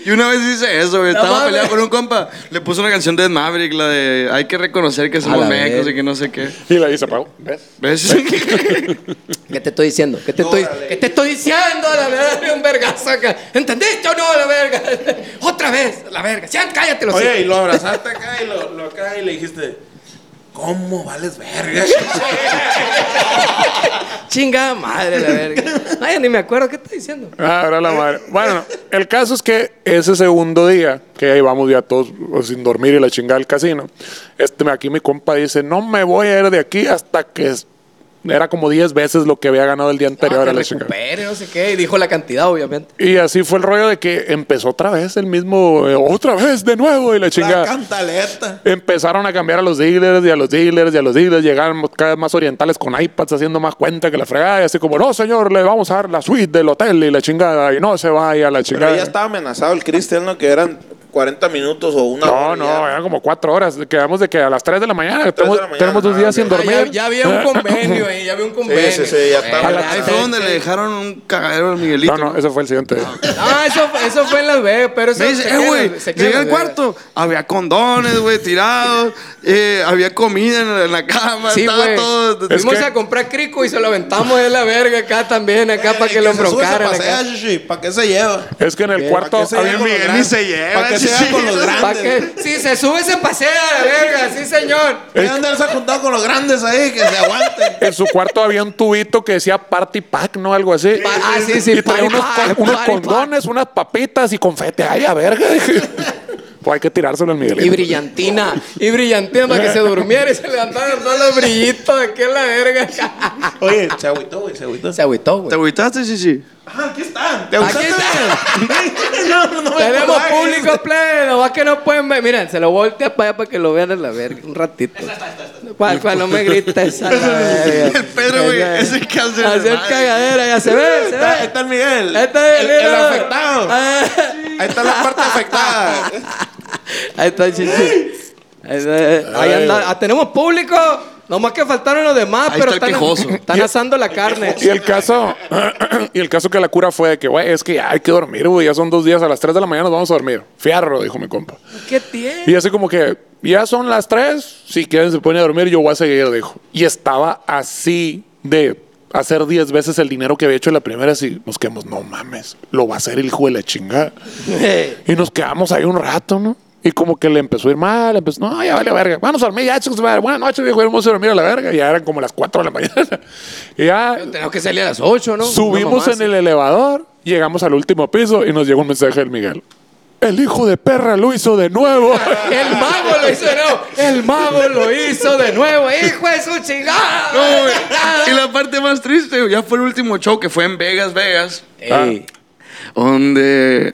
D: Y una vez dice eso, güey.
C: No
D: Estaba
C: mames.
D: peleando con un compa. Le puso una canción de Maverick, la de hay que reconocer que
C: la Pues,
D: somos mecos
C: verga.
D: y que no sé qué.
A: Y la dice, apagó. ¿Ves?
D: ¿Ves?
C: ¿Qué te estoy diciendo? ¿Qué te estoy, ¿qué te estoy diciendo? La verga, un vergazo acá. ¿Entendiste o no? La verga. Otra vez, la verga. Sean, cállate los
B: Oye, y lo abrazaste acá y lo, lo acá y le dijiste, ¿cómo vales verga?
C: Chinga madre, la verga. Ay, ni me acuerdo qué está diciendo.
A: Ah, era la madre. Bueno, el caso es que ese segundo día, que ahí vamos ya todos o, sin dormir y la chingada al casino, este, aquí mi compa dice, no me voy a ir de aquí hasta que es- era como 10 veces lo que había ganado el día anterior
C: No,
A: a
C: te
A: la chingada.
C: Ah, recupere, no sé qué. Y dijo la cantidad, obviamente.
A: Y así fue el rollo de que empezó otra vez el mismo, eh, otra vez de nuevo y la
B: La
A: chingada.
B: cantaleta.
A: Empezaron a cambiar a los dealers y a los dealers y a los dealers. Llegaron cada vez más orientales con iPads haciendo más cuenta que la fregada. Y así como, no, señor, le vamos a dar la suite del hotel y la chingada. Y no se vaya la
B: Pero
A: chingada.
B: ya estaba amenazado el Cristian, ¿no? Que eran 40 minutos o una
A: No,
B: hora
A: no,
B: ya.
A: eran como cuatro horas. Quedamos de que a las 3 de la mañana.
B: de la
A: Tenemos,
B: mañana,
A: tenemos dos
B: ah,
A: días
B: ok.
A: sin
C: Ah, ya,
A: dormir.
C: ya había un convenio ahí, ya había un convenio.
B: sí, sí, ya estaba.
A: A la-
D: Ahí fue donde le dejaron un cagadero al Miguelito.
A: No, no, eso fue el siguiente.
C: Ah, eso, eso fue en Las Vegas, pero eso
D: Me dice,
C: se
D: eh,
C: queda-
D: güey,
C: se queda
D: llegué
C: en
D: al
C: Las Vegas.
D: cuarto, había condones, güey, tirados, eh, había comida en, en la cama,
C: Sí,
D: estaba
C: güey.
D: todo...
A: Es
C: Fuimos
A: que-
C: a comprar crico y se lo aventamos de la verga acá también, acá para que, lo embrocaran. acá.
B: ¿Para qué se lleva?
A: Es que en el cuarto.
B: ¿Para qué se
A: había-
B: lleva con los
D: Miguel ni
B: grandes?
D: se lleva,
B: ¿Para qué se lleva
D: sí.
B: con los
C: ¿Pa'
B: grandes?
C: qué? Si se sube, se pasea a la verga, sí, señor.
B: Hay que andarse juntado con los grandes ahí, que se aguanten.
A: En su cuarto había un tubito que decía Party Pack, ¿no? Algo así.
C: Pa- ah, sí, sí,
A: Y traía
C: Party
A: unos,
C: Pack,
A: con- unos
C: Party Pack.
A: condones, unas papitas y confete. Ay, a verga. dije. pues hay que tirárselo al
C: Y
A: Miguelito.
C: brillantina, y brillantina para que se durmiera y se levantaran todos los brillitos de aquí en la verga.
B: Oye, se agüitó, güey, se agüitó.
C: Se agüitó,
D: ¿Te
C: güey.
D: agüitaste? Sí, sí.
B: Ajá, aquí están. ¿Te
C: Aquí
B: gustaste? no, no, no. me
C: Tenemos
B: acordaba de
C: público pleno, más que no pueden ver. Miren, se lo voltea para allá para que lo vean en la verga. Un ratito. Cual, cual, no me grites a la verga.
D: El Pedro, güey, es el que hace
C: Hace el
D: desmadre.
C: cagadera, ya se ve, se
B: este.
C: ve.
B: Está, está el Miguel.
C: Ahí está
B: el, el afectado.
C: Ah,
B: Ahí está la parte afectada.
C: Ahí está el chichi. Ahí, está- ahí anda. Ah, tenemos público. Nomás que faltaron los demás,
D: Ahí
C: pero
D: está el
C: están,
D: quejoso.
C: están asando la carne.
A: Y el caso, y el caso que la cura fue de que, güey, es que ya hay que dormir, güey. Ya son dos días, a las 3 de la mañana nos vamos a dormir. Fiarro, dijo mi compa.
C: ¿Qué tiene?
A: Y así como que, ya son las 3, si quieren se ponen a dormir, yo voy a seguir, dijo. Y estaba así de hacer 10 veces el dinero que había hecho en la primera, así nos quedamos, no mames, lo va a hacer el hijo de la chingada. Y nos quedamos ahí un rato, ¿no? Y como que le empezó a ir mal, empezó, no, ya vale verga, vamos a dormir, ya, chicos, madre. buenas noches, viejo, vamos a dormir a la verga. Y ya eran como las 4 de la mañana. Y ya
C: Tenemos que salir a las 8, ¿no?
A: subimos en el elevador, llegamos al último piso y nos llegó un mensaje del Miguel. El hijo de perra lo hizo de nuevo.
C: El mago lo hizo de nuevo. El mago lo hizo de nuevo. Hijo de su chingada.
D: No, güey. Y la parte más triste, güey, ya fue el último show que fue en Vegas, Vegas,
C: Ey,
D: donde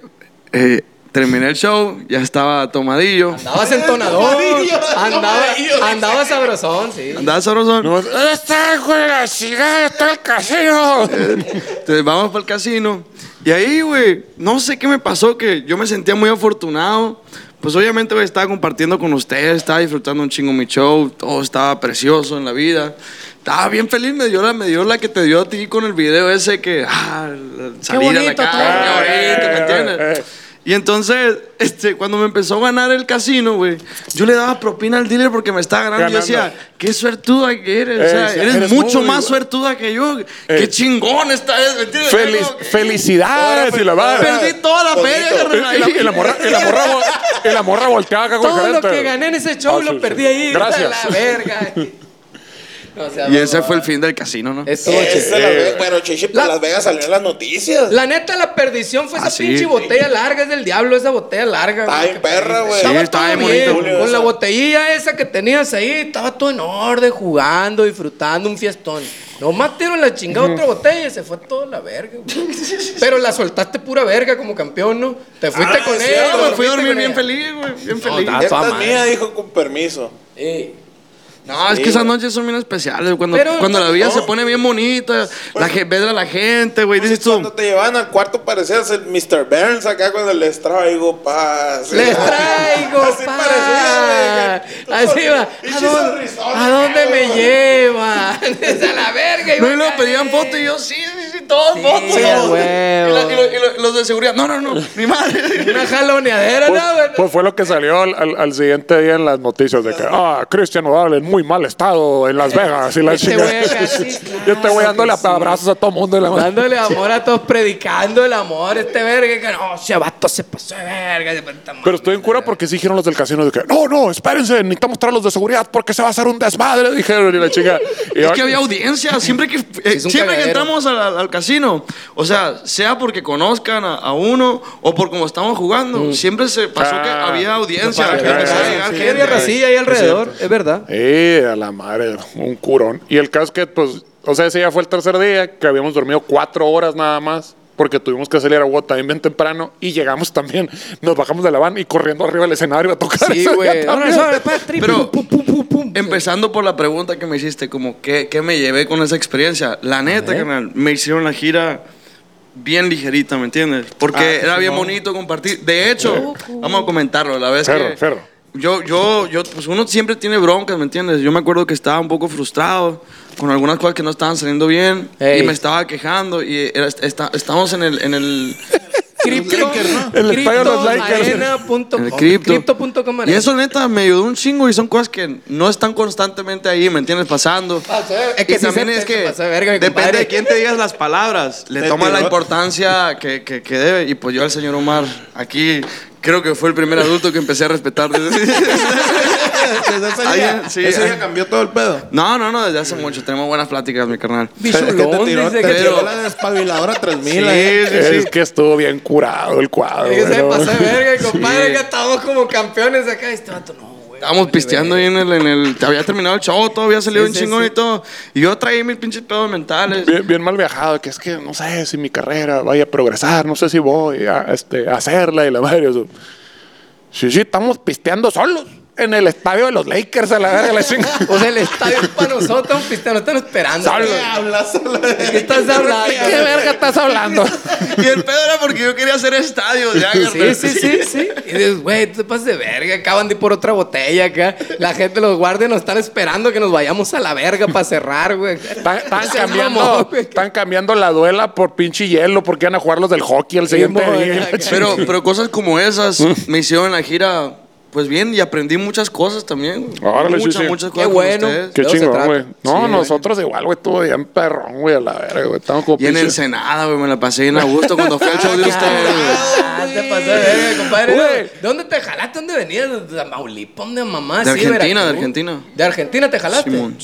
D: eh, terminé el show, ya estaba tomadillo.
C: Andabas entonador.
B: Tomadillo,
C: Andaba,
B: tomadillo.
C: andaba sabrosón, sí.
D: Andaba sabrosón.
A: ¿Dónde está el hijo de la chingada? ¡Está el casino!
D: Entonces vamos para el casino. Y ahí, güey, no sé qué me pasó, que yo me sentía muy afortunado. Pues obviamente, güey, estaba compartiendo con ustedes, estaba disfrutando un chingo mi show, todo estaba precioso en la vida. Estaba bien feliz, me dio la, me dio la que te dio a ti con el video ese que, ah, la- salir a la
E: bonito
D: calle,
E: todo.
D: qué bonito, ¿me entiendes? Y entonces, este, cuando me empezó a ganar el casino, güey, yo le daba propina al dealer porque me estaba ganando. Yo decía,
A: Ganando.
D: qué suertuda que eres, o sea,
A: Eh,
D: eres,
A: eres
D: mucho
A: muy
D: más
A: bueno.
D: suertuda que yo.
A: Eh.
D: Qué chingón esta vez, ¿me entiendes?
A: Feliz-
D: Yo,
A: ¡Felicidades! Y la
D: Ahora
A: madre.
D: Perdí toda la feria,
A: Y la- y la morra, y la morra, vo- y la morra volteaba acá con el
C: Todo lo
A: gerente.
C: que gané en ese show
A: Ah, sí,
C: lo
A: sí.
C: perdí ahí.
A: Gracias.
C: La verga. O sea,
D: Y ese fue el fin del casino, ¿no?
C: estuvo
A: Eh,
B: Esa
C: chido.
B: es la ve- Pero Chichi, por
C: La-
B: Las Vegas salió en las noticias.
C: La neta, la perdición fue esa
D: Ah, sí.
C: pinche botella larga. Es del diablo esa botella larga.
B: Está
C: güey.
B: bien perra, güey.
D: Sí,
C: Estaba
D: está
C: todo
D: bien
C: bien.
D: bonito.
C: Con
B: Esa.
C: la botellilla esa que tenías ahí, estaba todo en orden, jugando, disfrutando, un fiestón. Nomás tiro la chingada otra botella y se fue toda la verga, güey. Pero la soltaste pura verga como campeón, ¿no? Te fuiste
B: Ah,
C: con
B: sí,
C: él.
B: ah,
D: No,
B: güey,
D: me fui a dormir bien
C: feliz.
D: feliz, güey, bien feliz.
C: da-
B: Esta
C: toda
B: es
C: madre.
B: mía, dijo con permiso.
C: Eh,
D: No, es que esas noches son bien especiales. Cuando,
C: Pero-
D: cuando la vida
B: no.
D: se pone bien bonita, la que ves a la gente, güey, dices
B: Cuando
D: tú.
B: te llevaban al cuarto parecías el Mr. Burns acá cuando les traigo paz.
C: Les traigo
B: Así
C: pan.
B: parecía, güey.
C: Así va.
B: Y
C: ¿A
B: sí
C: dónde,
B: sonrisón,
C: a dónde me
B: güey.
C: llevan? Es a la verga.
D: No,
C: iba
D: y luego
C: a
D: pedían
C: caer.
D: foto y yo, sí, sí, sí, todos
C: Sí,
D: fotos.
C: a
D: Y la-
C: huevo.
D: y la- y lo- y lo- los de seguridad, no, no, no, mi madre.
C: Una jaloneadera,
A: Pues,
C: ¿no? güey?
A: pues fue lo que salió al, al- al siguiente día en las noticias de que, ah, Cristian Odal en muy mal estado en Las Vegas. Y la
C: Este
A: chingada.
C: güey acá, sí,
A: Yo te voy
C: claro
A: dándole
C: que sí.
A: abrazos a todo mundo. y la madre.
C: Dándole amor a todos, predicando el amor, este verga, que no, se vato se pasó de verga, se pasó de madre.
A: Pero estoy en cura porque sí dijeron los del casino de que, no, no, espérense, necesitamos traer los de seguridad porque se va a hacer un desmadre, dijeron y la chica. Y
D: Es
A: yo-
D: que había audiencia, siempre que, eh,
C: es un
D: siempre que
C: cagadero.
D: entramos al, al- al casino, o sea, sea porque conozcan a, a uno o por como estamos jugando,
C: Mm.
D: siempre se pasó que
A: Ah.
D: había audiencia.
A: Para
D: que
A: que
D: empezaba a
A: vean,
D: llegar
C: Ah, Sí,
D: gente.
C: había racilla ahí alrededor, es verdad.
A: Eh, a la madre, un curón. Y el caso es que, pues, o sea, ese ya fue el tercer día, que habíamos dormido cuatro horas nada más, porque tuvimos que salir a Bogotá también bien temprano, y llegamos también, nos bajamos de la van y corriendo arriba del escenario a tocar.
C: Sí,
A: ese día
C: güey.
A: también.
D: Pero-
C: pum, pum, pum, pum.
D: Empezando por la pregunta que me hiciste, como, ¿qué, qué me llevé con esa experiencia? La neta, carnal, me hicieron la gira bien ligerita, ¿me entiendes? Porque era bien bonito compartir. De hecho, vamos a comentarlo, la vez
A: Ferro,
D: que...
A: ferro.
D: Yo, yo, yo, pues uno siempre tiene broncas, ¿me entiendes? Yo me acuerdo que estaba un poco frustrado con algunas cosas que no estaban saliendo bien
C: Ey.
D: y me estaba quejando y era- está- estábamos en el, en el,
C: Cripto,
A: El estadio de los Lakers.
D: en el
C: cripto,
D: cripto.
C: cripto.com.
D: y eso neta me ayudó un chingo y son cosas que no están constantemente ahí, ¿me entiendes? Pasando.
C: Pasó de- es que
D: Y
C: sí se-
D: también es
C: se
D: que
C: pasó de verga, mi
D: depende
C: compadre.
D: de quién te digas las palabras, le
B: Te
D: toma la
B: tiró.
D: importancia que, que- que debe. Y pues yo al señor Omar, aquí creo que fue el primer adulto que empecé a respetar.
B: Desde ese día,
D: Alguien- sí,
B: ese día
D: ah.
B: cambió todo el pedo.
D: No, no, no, desde hace mucho. Tenemos buenas pláticas, mi carnal.
C: Bicho
B: Es que te
C: Lon
B: tiró,
C: dice
B: te
C: que-
B: tiró la despabiladora 3000 ahí.
A: Es que estuvo bien curado el cuadro.
C: que se
A: bueno.
C: pasó de verga, el compadre,
D: Sí.
C: que estamos como campeones acá. Este vato, no, güey.
D: Estábamos pisteando ahí en el, en el. te Había terminado el show, todo había salido
C: Sí,
D: un
C: sí,
D: chingón
C: sí.
D: y todo. Y yo traía mis pinches pedos mentales.
A: Bien, bien mal viajado, que es que no sé si mi carrera vaya a progresar, no sé si voy a, este, a hacerla y la madre. Eso. Sí, sí, estamos pisteando solos en el estadio de los Lakers a la verga. La chinga.
C: O sea, el estadio es para nosotros, pisteando, nos están esperando.
A: Solo.
C: güey.
B: ¿Qué hablas?
C: ¿Qué estás hablando?
A: ¿De qué verga estás hablando?
D: Y el pedo era porque yo quería hacer estadios, ya,
C: Sí,
D: carnal.
C: sí, sí, sí. Y dices, güey, tú te pasas de verga, acaban de ir por otra botella acá. La gente, los guardias nos están esperando que nos vayamos a la verga para cerrar, güey.
A: Están, están
C: Seas mamón,
A: cambiando,
C: güey.
A: están cambiando la duela por pinche hielo porque van a jugar los del hockey el siguiente
C: mo,
A: día.
C: acá.
D: Pero, pero cosas como esas me hicieron la gira, pues bien, y aprendí muchas cosas también.
A: Órale, sí,
D: muchas,
A: sí.
D: muchas
C: Qué
D: cosas. con
C: bueno.
D: ustedes.
A: Qué
C: Luego se
A: chingón,
C: trata.
A: güey. No,
D: Sí,
A: nosotros igual, güey, estuvo bien perrón, güey, a la verga, güey. Estamos como
D: Y en
A: pinche-
D: Ensenada, güey, me la pasé bien a gusto cuando fui al show de ustedes.
C: Ah, te pasas de verga, compadre.
A: Güey.
C: ¿De dónde te jalaste? ¿Dónde venías? ¿De Tamaulipas? ¿Dónde mamá?
D: De
C: Sí,
D: Argentina,
C: Veracruz.
D: de Argentina.
C: ¿De Argentina te jalaste?
D: Simón,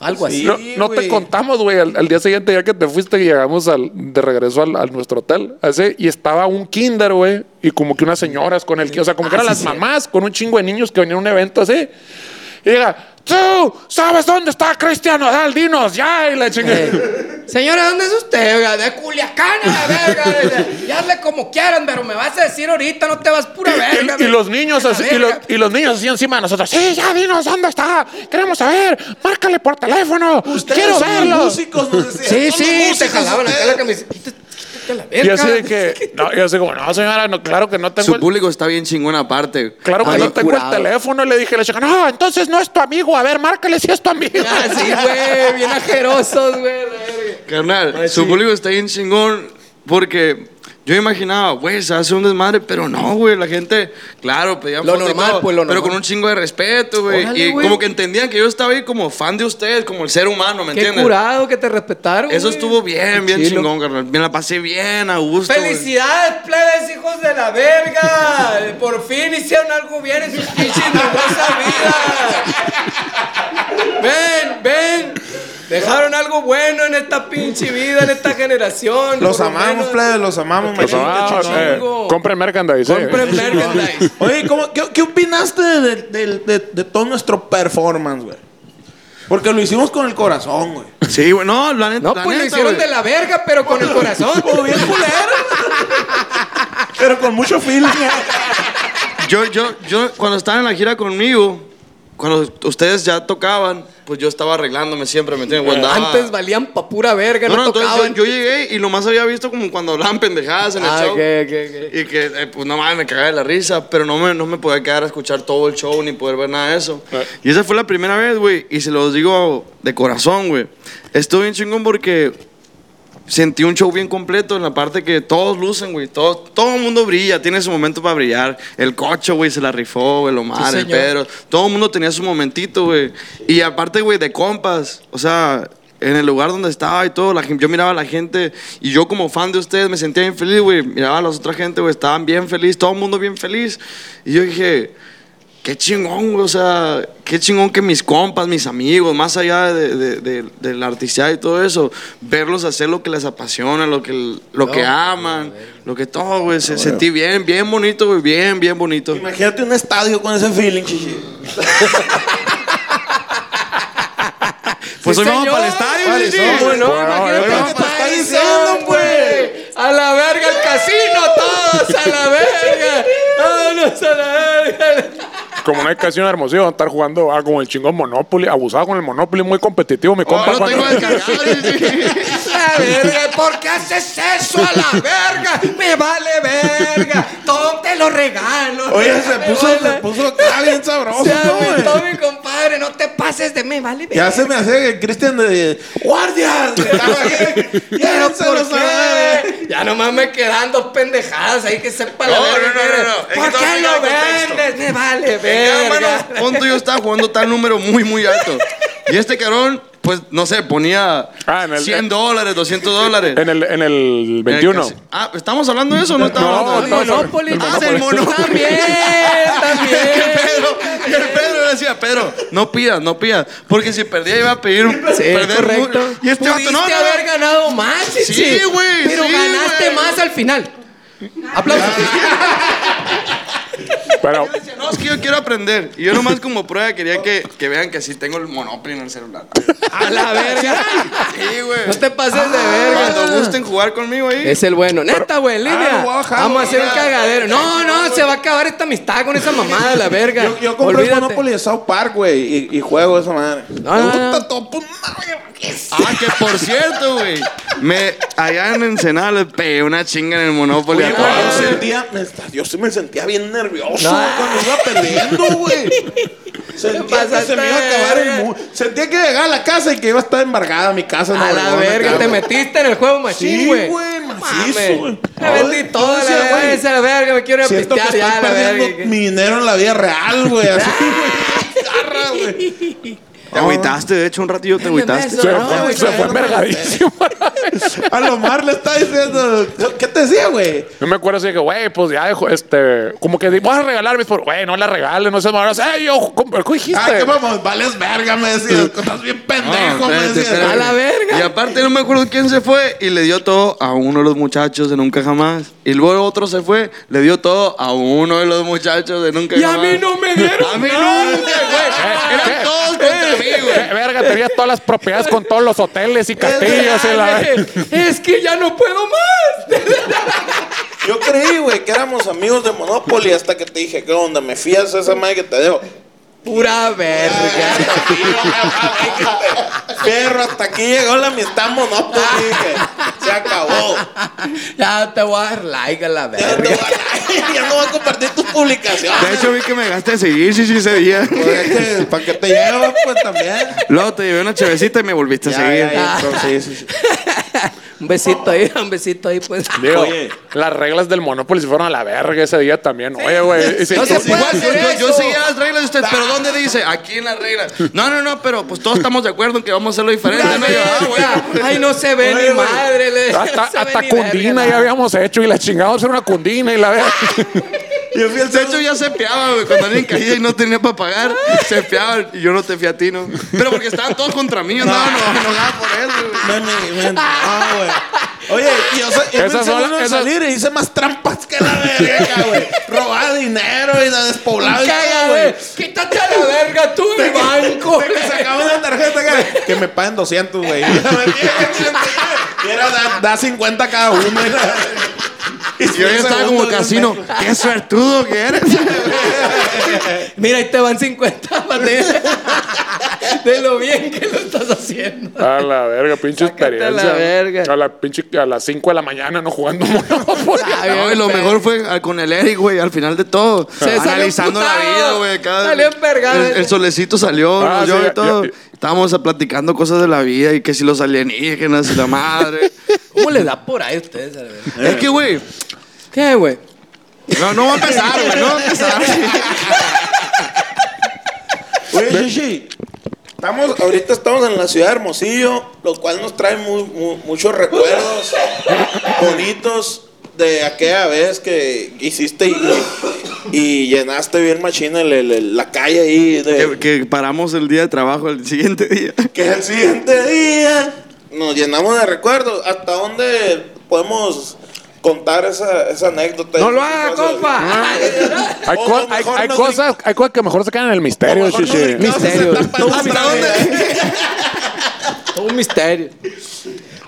C: Algo así.
A: No, no te
B: güey.
A: contamos, güey. Al, al día siguiente, ya que te fuiste, que llegamos al, de regreso al, al nuestro hotel. Así, y estaba un kinder, güey. Y como que unas señoras con el... O sea, como que
C: Ah,
A: eran
C: sí,
A: las
C: sí.
A: mamás con un chingo de niños que venían a un evento así. Y diga, tú, ¿sabes dónde está Cristiano Dal? Dinos ya. Y la chingada.
C: Eh, Señora, ¿dónde es usted? oiga? De Culiacán, a la verga. Dice, Ya hazle como quieran, pero me vas a decir ahorita, no te vas pura verga.
A: Y, y
C: güey.
A: los niños
C: A la
A: así, y,
C: verga.
A: los- y los niños así encima de nosotros. Sí, ya dinos dónde está. Queremos saber. Márcale por teléfono.
B: Ustedes
A: Quiero
B: son los
A: verlo.
B: músicos, nos decían. son
C: Sí,
B: los
C: sí, te
B: músicos
C: jalaban acá
B: ustedes.
C: la camiseta. eh. Quítate, quítate la verga.
A: Y así de que, no, y así como, no, señora, no, claro que no tengo.
D: Su
A: el-
D: público está bien chingón aparte.
A: Claro que
D: Ahí-
A: no tengo
C: curado.
A: el teléfono. Le dije a la chica, no, entonces no es tu amigo. A ver, márcale si es tu amigo.
C: Ah, sí, güey, bien ajerosos, güey. la verga.
D: Carnal, su público está bien chingón porque yo imaginaba, güey, se hace un desmadre, pero no, güey, la gente, claro, pedía
C: Lo
D: foto y
C: normal,
D: todo,
C: pues, lo
D: pero
C: normal.
D: con un chingo de respeto, güey,
C: Órale,
D: y
C: güey.
D: como que entendían que yo estaba ahí como fan de ustedes, como el ser humano, ¿me
C: Qué
D: entiendes?
C: curado que te respetaron.
D: Eso
C: güey.
D: estuvo bien, bien
C: Chilo.
D: chingón, carnal. Me la pasé bien, a gusto. güey.
C: ¡Felicidades, plebes, hijos de la verga! Por fin hicieron algo bien en sus pinches hermosas vidas. Ven, ven. Dejaron algo bueno en esta pinche vida, en esta generación.
B: Los
C: por lo
B: amamos,
C: menos.
B: plebes, los amamos.
A: Pues,
B: machín, qué
A: ah,
B: chingón.
A: eh,
C: chingo.
A: compren merchandise. eh.
C: Compren merchandise.
B: Oye, ¿cómo- qué, qué opinaste de, de- de- de todo nuestro performance, güey? Porque lo hicimos con el corazón, güey.
D: Sí, güey, no, la neta.
C: No,
D: la
C: pues lo
D: neta,
C: hicieron
D: güey.
C: de la verga, pero con el corazón.
B: bien culero. Pero con mucho feeling.
D: Yo, yo, yo, cuando estaban en la gira conmigo, cuando ustedes ya tocaban, pues yo estaba arreglándome siempre, ¿me entiendes? Cuando andaba-
C: Antes valían pa' pura verga,
D: No,
C: no,
D: no, entonces yo-
C: tocaban.
D: yo, llegué y lo más había visto como cuando hablaban pendejadas en el
C: Ah,
D: show.
C: ok, ok, ok.
D: Y que, eh, pues no mames, me cagaba de la risa, pero no me, no me podía quedar a escuchar todo el show ni poder ver nada de eso. Y esa fue la primera vez, güey, y se los digo de corazón, güey. Estuvo bien chingón porque sentí un show bien completo en la parte que todos lucen, güey. Todo, todo el mundo brilla, tiene su momento para brillar. El coche, güey, se la rifó, güey, el Omar,
C: Sí,
D: el
C: señor.
D: Pedro. Todo el mundo tenía su momentito, güey. Y aparte, güey, de compas. O sea, en el lugar donde estaba y todo, la, gen- yo miraba a la gente y yo como fan de ustedes me sentía bien feliz, güey. Miraba a las otras gente, güey, estaban bien feliz, todo el mundo bien feliz. Y yo dije, Qué chingón, güey, o sea, qué chingón que mis compas, mis amigos, más allá de, de, de- de la artisteada y todo eso, verlos hacer lo que les apasiona, lo que, lo que aman, lo que todo, güey, se sentí bien, bien bonito, güey, bien, bien bonito.
B: Imagínate un estadio con ese feeling, chichi.
D: Pues
C: Sí,
D: hoy vamos
C: señor.
D: para el estadio,
C: Vale,
D: chichi.
C: ¿cómo no?
A: Bueno,
C: Imagínate
A: bueno.
C: lo que te está diciendo, güey. A la verga el casino, todos a la verga. Vámonos a la verga.
A: Como no hay casi una hermosillo, van a estar jugando ah, como el chingón Monopoly, abusado con el Monopoly, muy competitivo, mi compa.
D: lo
A: cuando-
D: tengo descargado, chichi.
C: la verga. ¿Por qué haces eso a la verga? Me vale verga. Todo te lo regalo.
B: Oye, se
C: Me
B: puso, se
C: vale.
B: puso acá bien sabroso,
C: Se aventó
B: güey.
C: mi compadre. No te pases de me vale verga.
B: Ya se me hace el Cristian de guardias.
C: Pero
B: Ya se
C: ¿por
B: lo sabe.
C: qué? Ya nomás me quedan dos pendejadas ahí que sepa la
D: No,
C: verga.
D: no, no,
C: que eres.
D: no, no. Es que
C: ¿Por
D: todo
C: qué
D: tenga
C: lo
D: contexto.
C: vendes? Me vale
D: Ya, mano,
C: verga.
D: Ponto yo estaba jugando tal número muy, muy alto. Y este cabrón, pues, no sé, ponía
A: Ah, en el-
D: 100 dólares, 200 dólares.
A: En el, en el
D: En el
A: 21.
D: casi- Ah, ¿estamos hablando de eso o no estamos
A: No,
D: hablando de eso?
A: estamos-
C: Monopoly.
B: pues,
A: el
D: Ah, del
A: Monopoly.
D: Monopoly.
C: También, también.
D: Pedro, y el Pedro le decía, Pedro, no pidas, no pidas. Porque si perdía iba a pedir
C: Sí,
D: perder
C: correcto.
D: mucho. Y este vato,
C: Pudiste
D: no, no, no.
C: haber ganado más,
D: Sí,
C: Chichi,
D: güey,
C: Pero
D: sí,
C: ganaste
D: güey.
C: más al final. Aplausos.
A: Pero,
D: Decía, No, es que yo quiero aprender. Y yo nomás como prueba quería que, que vean que sí tengo el Monopoly en el celular.
C: A la verga.
D: Sí, güey.
C: No te pases de
D: Cuando
C: verga.
D: gusten jugar conmigo ahí.
C: Es el bueno. Neta, güey, en
B: Ah,
C: línea.
B: voy a bajar,
C: Vamos
B: voy
C: a
B: a
C: hacer un
B: bajar.
C: cagadero. No, no, se va a acabar esta amistad con esa mamada, la verga.
B: Yo, yo compré
C: Olvídate.
B: el Monopoly de South Park, güey, y, y juego esa madre.
C: No,
B: Me
C: no,
B: gusta
C: no.
B: todo, pum, madre, ¿qué es?
D: Ah, que por cierto, güey. Me, allá en Ensenada le pegué una chinga en el Monopoly.
B: Oye,
D: a
B: güey, yo
D: todos.
B: sentía, me está- yo sí me sentía bien nervioso
C: No.
B: cuando iba perdiendo, güey. Sentía que
C: pasaste
B: se me iba a
C: de
B: acabar el
C: verga.
B: mundo. Sentía que llegaba a la casa y que iba a estar embargada mi casa. en
C: A la
B: Obregón,
C: verga,
B: acá,
C: te
B: güey.
C: metiste en el juego machín,
B: Sí,
C: güey.
B: güey,
C: No
B: macizo,
C: mames.
B: güey.
C: Me vendí
B: Yo
C: toda la
B: decía,
C: verga,
B: güey,
C: esa la verga, me quiero ir a
B: Siento que
C: pistear
B: estoy
C: ya, la verga.
B: perdiendo mi dinero en la vida real, güey. Así, güey. Garra, güey.
D: Te agüitaste, de hecho, un ratillo te agüitaste.
C: beso.
A: se,
C: No,
A: fue,
B: güey,
A: se fue
B: no,
A: mergadísimo.
B: A lo mar le está diciendo. ¿Qué te decía, güey?
A: Yo me acuerdo así de que, güey, pues ya dejo, este, como que di, voy a regalar mis por, güey, no la regales, no seas malos. ¡Ey, yo, ¿cómo, ¿qué dijiste?
B: Ah, que vamos, vales verga, me decías. Estás bien pendejo,
D: No,
B: me
D: Ah, espérate,
B: decías.
D: espérate.
C: A la verga.
D: Y aparte no me acuerdo quién se fue y le dio todo a uno de los muchachos de Nunca Jamás. Y luego otro se fue, le dio todo a uno de los muchachos de Nunca
C: Y a
D: Jamás.
C: mí no me dieron
D: A mí no,
C: nada.
D: güey. Eran todos contra mí,
A: Qué
D: güey.
A: Verga, tenías todas las propiedades con todos los hoteles y castillos y la
C: Es que ya no puedo más.
B: Yo creí, güey, que éramos amigos de Monopoly hasta que te dije, ¿qué onda? ¿Me fías esa madre que te dejo?
C: Pura verga.
B: Perro, hasta aquí llegó la amistad Monopoly. dije, se acabó.
C: Ya te voy a dar like a la
B: Ya no,
C: verga.
B: va- ya no va a compartir tus publicaciones.
D: De hecho, vi que me dejaste de seguir, sí, sí, ese día.
B: ¿Para qué te llevo? Pues también.
D: Luego te llevé una chevecita y me volviste a
B: Ya,
D: seguir.
B: ya, ya, entonces, sí, sí, sí.
C: Un besito ahí, un besito ahí, pues.
A: Digo,
B: Oye.
A: las reglas del Monopoly se fueron a la verga ese día también. Oye, güey. y si-
C: No se puede
D: Igual, yo,
C: hacer
D: yo-
C: eso.
D: yo
C: Ah.
D: seguía las reglas de usted, pero ¿dónde dice? Aquí en las reglas. No, no, no, pero pues todos estamos de acuerdo en que vamos a hacerlo diferente.
C: Pura
D: ¿no? Y yo, ah, bueno.
C: verga. Ay, no se ve
B: Oye,
C: ni
B: güey.
C: madre. le- no
A: Hasta,
C: se ve
A: hasta
C: ni
A: Cundina
C: verga,
A: ya
C: nada.
A: habíamos hecho y la chingada era una Cundina y la verga.
B: Yo fui al
D: De hecho, ya se fiaba, güey. Cuando alguien caía y no tenía para pagar, se fiaban. Y yo no te fui a ti, ¿no? Pero porque estaban todos contra mí. No, no, no, no, por eso, güey. Ah,
B: No, ni- ni- no, güey. Oye, y yo, sa- yo me
A: Esas
B: hice
A: son-
B: bueno en
A: esas-
B: salir y hice más trampas que la verga, güey. Robaba dinero y la despoblaba y
C: Caga,
B: todo,
C: güey.
B: güey.
C: Quítate a la verga tú mi banco.
B: Se me sacaba una tarjeta que, que me paguen 200, güey. Y la metía en el cliente, Y era da, da 50 cada uno. Y, la-
D: Y yo ya estaba como casino. ¡Qué suertudo que eres!
C: Mira, ahí te van 50 pateas. De lo bien que lo estás haciendo.
A: A la verga, pinche
C: Sácate a la
A: experiencia.
C: verga.
A: A la pinche, a las 5 de la mañana no jugando Monopoly.
D: No, y lo mejor fue al- con el Eric, güey, al final de todo.
C: Se salió
D: analizando la
C: emputado.
D: vida, güey. cada-
C: Salió envergado.
D: El, el solecito salió,
A: Ah,
D: ¿no? yo
A: sí,
D: y
A: ya-
D: todo.
A: ya-
D: Estábamos platicando cosas de la vida y que si los alienígenas y la madre.
C: ¿Cómo le da por ahí a ustedes? a la verga?
D: es que, güey,
C: ¿Qué, güey?
D: no, no va a empezar, güey, no va a empezar.
B: Oye, Shishi. Estamos, ahorita estamos en la ciudad de Hermosillo, lo cual nos trae mu- mu- muchos recuerdos bonitos de aquella vez que hiciste y, y llenaste bien machina el- el- el- la calle ahí.
D: que,
B: De,
D: que paramos el día de trabajo el siguiente día.
B: que el siguiente día nos llenamos de recuerdos. ¿Hasta dónde podemos contar esa, esa anécdota?
C: No lo haga, compa.
A: Hay,
B: O
A: co-
B: lo
A: hay-
B: mejor
A: hay
B: no
A: cosas, hay cosas que mejor se quedan en el misterio,
B: Mejor no
A: Shishi.
B: brincamos esa
C: Misterio.
B: etapa en
C: ¿Hasta
B: nuestra
C: dónde?
B: vida.
C: Todo un misterio.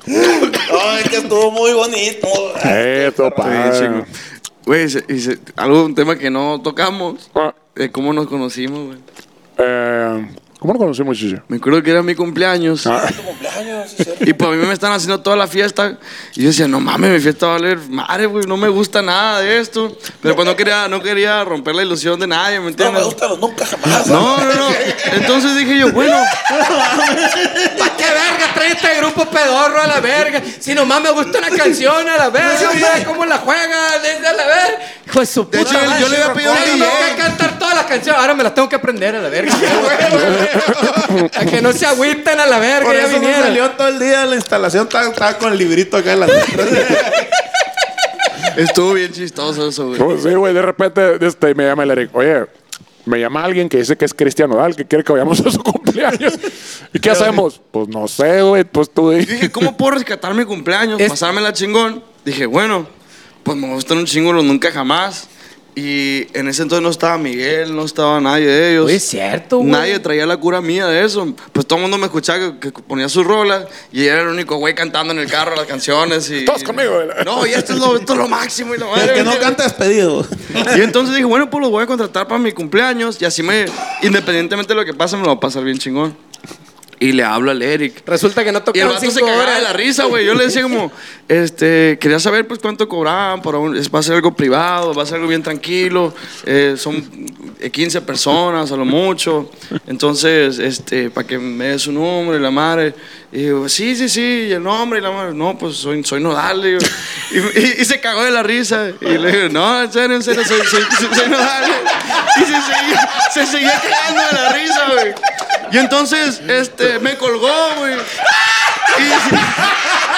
B: No, es que estuvo muy bonito.
A: Eh, todo padre.
D: Sí, chico. Güey, se- y se- algo, un tema que no tocamos,
A: Ah,
D: de cómo nos conocimos, güey.
A: eh, ¿Cómo lo conocimos, Chicho?
D: Me acuerdo que era mi cumpleaños.
B: Ah.
D: Y pues a mí me están haciendo toda la fiesta. Y yo decía, no mames, mi fiesta va a valer madre, güey. No me gusta nada de esto. Pero pues no quería, no quería romper la ilusión de nadie, ¿me
B: No me
D: entiendes?
B: gustan los nunca jamás.
D: No, no, no. Entonces dije yo, bueno,
C: ¿Para qué verga trae este grupo pedorro a la verga? Si nomás me gusta una canción a la verga, hombre, ¿cómo la juega? Desde a la verga. Hijo de su
D: De
C: puta
D: hecho,
C: madre.
D: yo le había pedido
C: Ahora
D: al
C: tengo
D: DJ.
C: que cantar todas las canciones. Ahora me las tengo que aprender a la verga. a que no se agüiten a la verga.
B: Por
C: ya
B: eso me
C: vinieron.
B: salió todo el día en la instalación, estaba, estaba con el librito acá en la
D: estuvo bien chistoso eso, güey.
A: Oh, sí, güey, de repente este, me llama el Eric. Oye, me llama alguien que dice que es Cristiano Dal, que quiere que vayamos a su cumpleaños. ¿Y qué hacemos? Pues no sé, güey. Pues tú di.
D: Yo dije, ¿cómo puedo rescatar mi cumpleaños?
C: Es-
D: Pasármela chingón. Dije, bueno, pues me gustan un chingo los nunca jamás. Y en ese entonces no estaba Miguel, no estaba nadie de ellos.
C: Oye, es cierto, güey.
D: Nadie traía la cura mía de eso. Pues todo el mundo me escuchaba que, que ponía sus rolas y era el único güey cantando en el carro las canciones. Y,
A: Todos conmigo, güey.
D: No, y esto es lo, esto es lo máximo. Y, la madre,
B: El que no
D: güey.
B: canta despedido.
D: y entonces dije, bueno, pues los voy a contratar para mi cumpleaños y así me, independientemente de lo que pase, me lo va a pasar bien chingón. Y le hablo al Eric.
C: Resulta que no
D: Y el
C: tocaron
D: vato se
C: cinco
D: cagaba
C: horas.
D: de la risa, güey. Yo le decía como, este, quería saber pues cuánto cobraban, para un, es- va a ser algo privado, va a ser algo bien tranquilo, eh, son eh, 15 personas a lo mucho, entonces, este, para que me dé su nombre y la madre. Y digo, pues, sí, sí, sí, y el nombre y la madre, no, pues soy, soy Nodal, le digo. Y, y- y se cagó de la risa. Y le digo, no, en serio, en serio, soy, soy, soy- soy Nodal. Y se seguía, se seguía cagando de la risa, güey. Y entonces, este, me colgó, güey.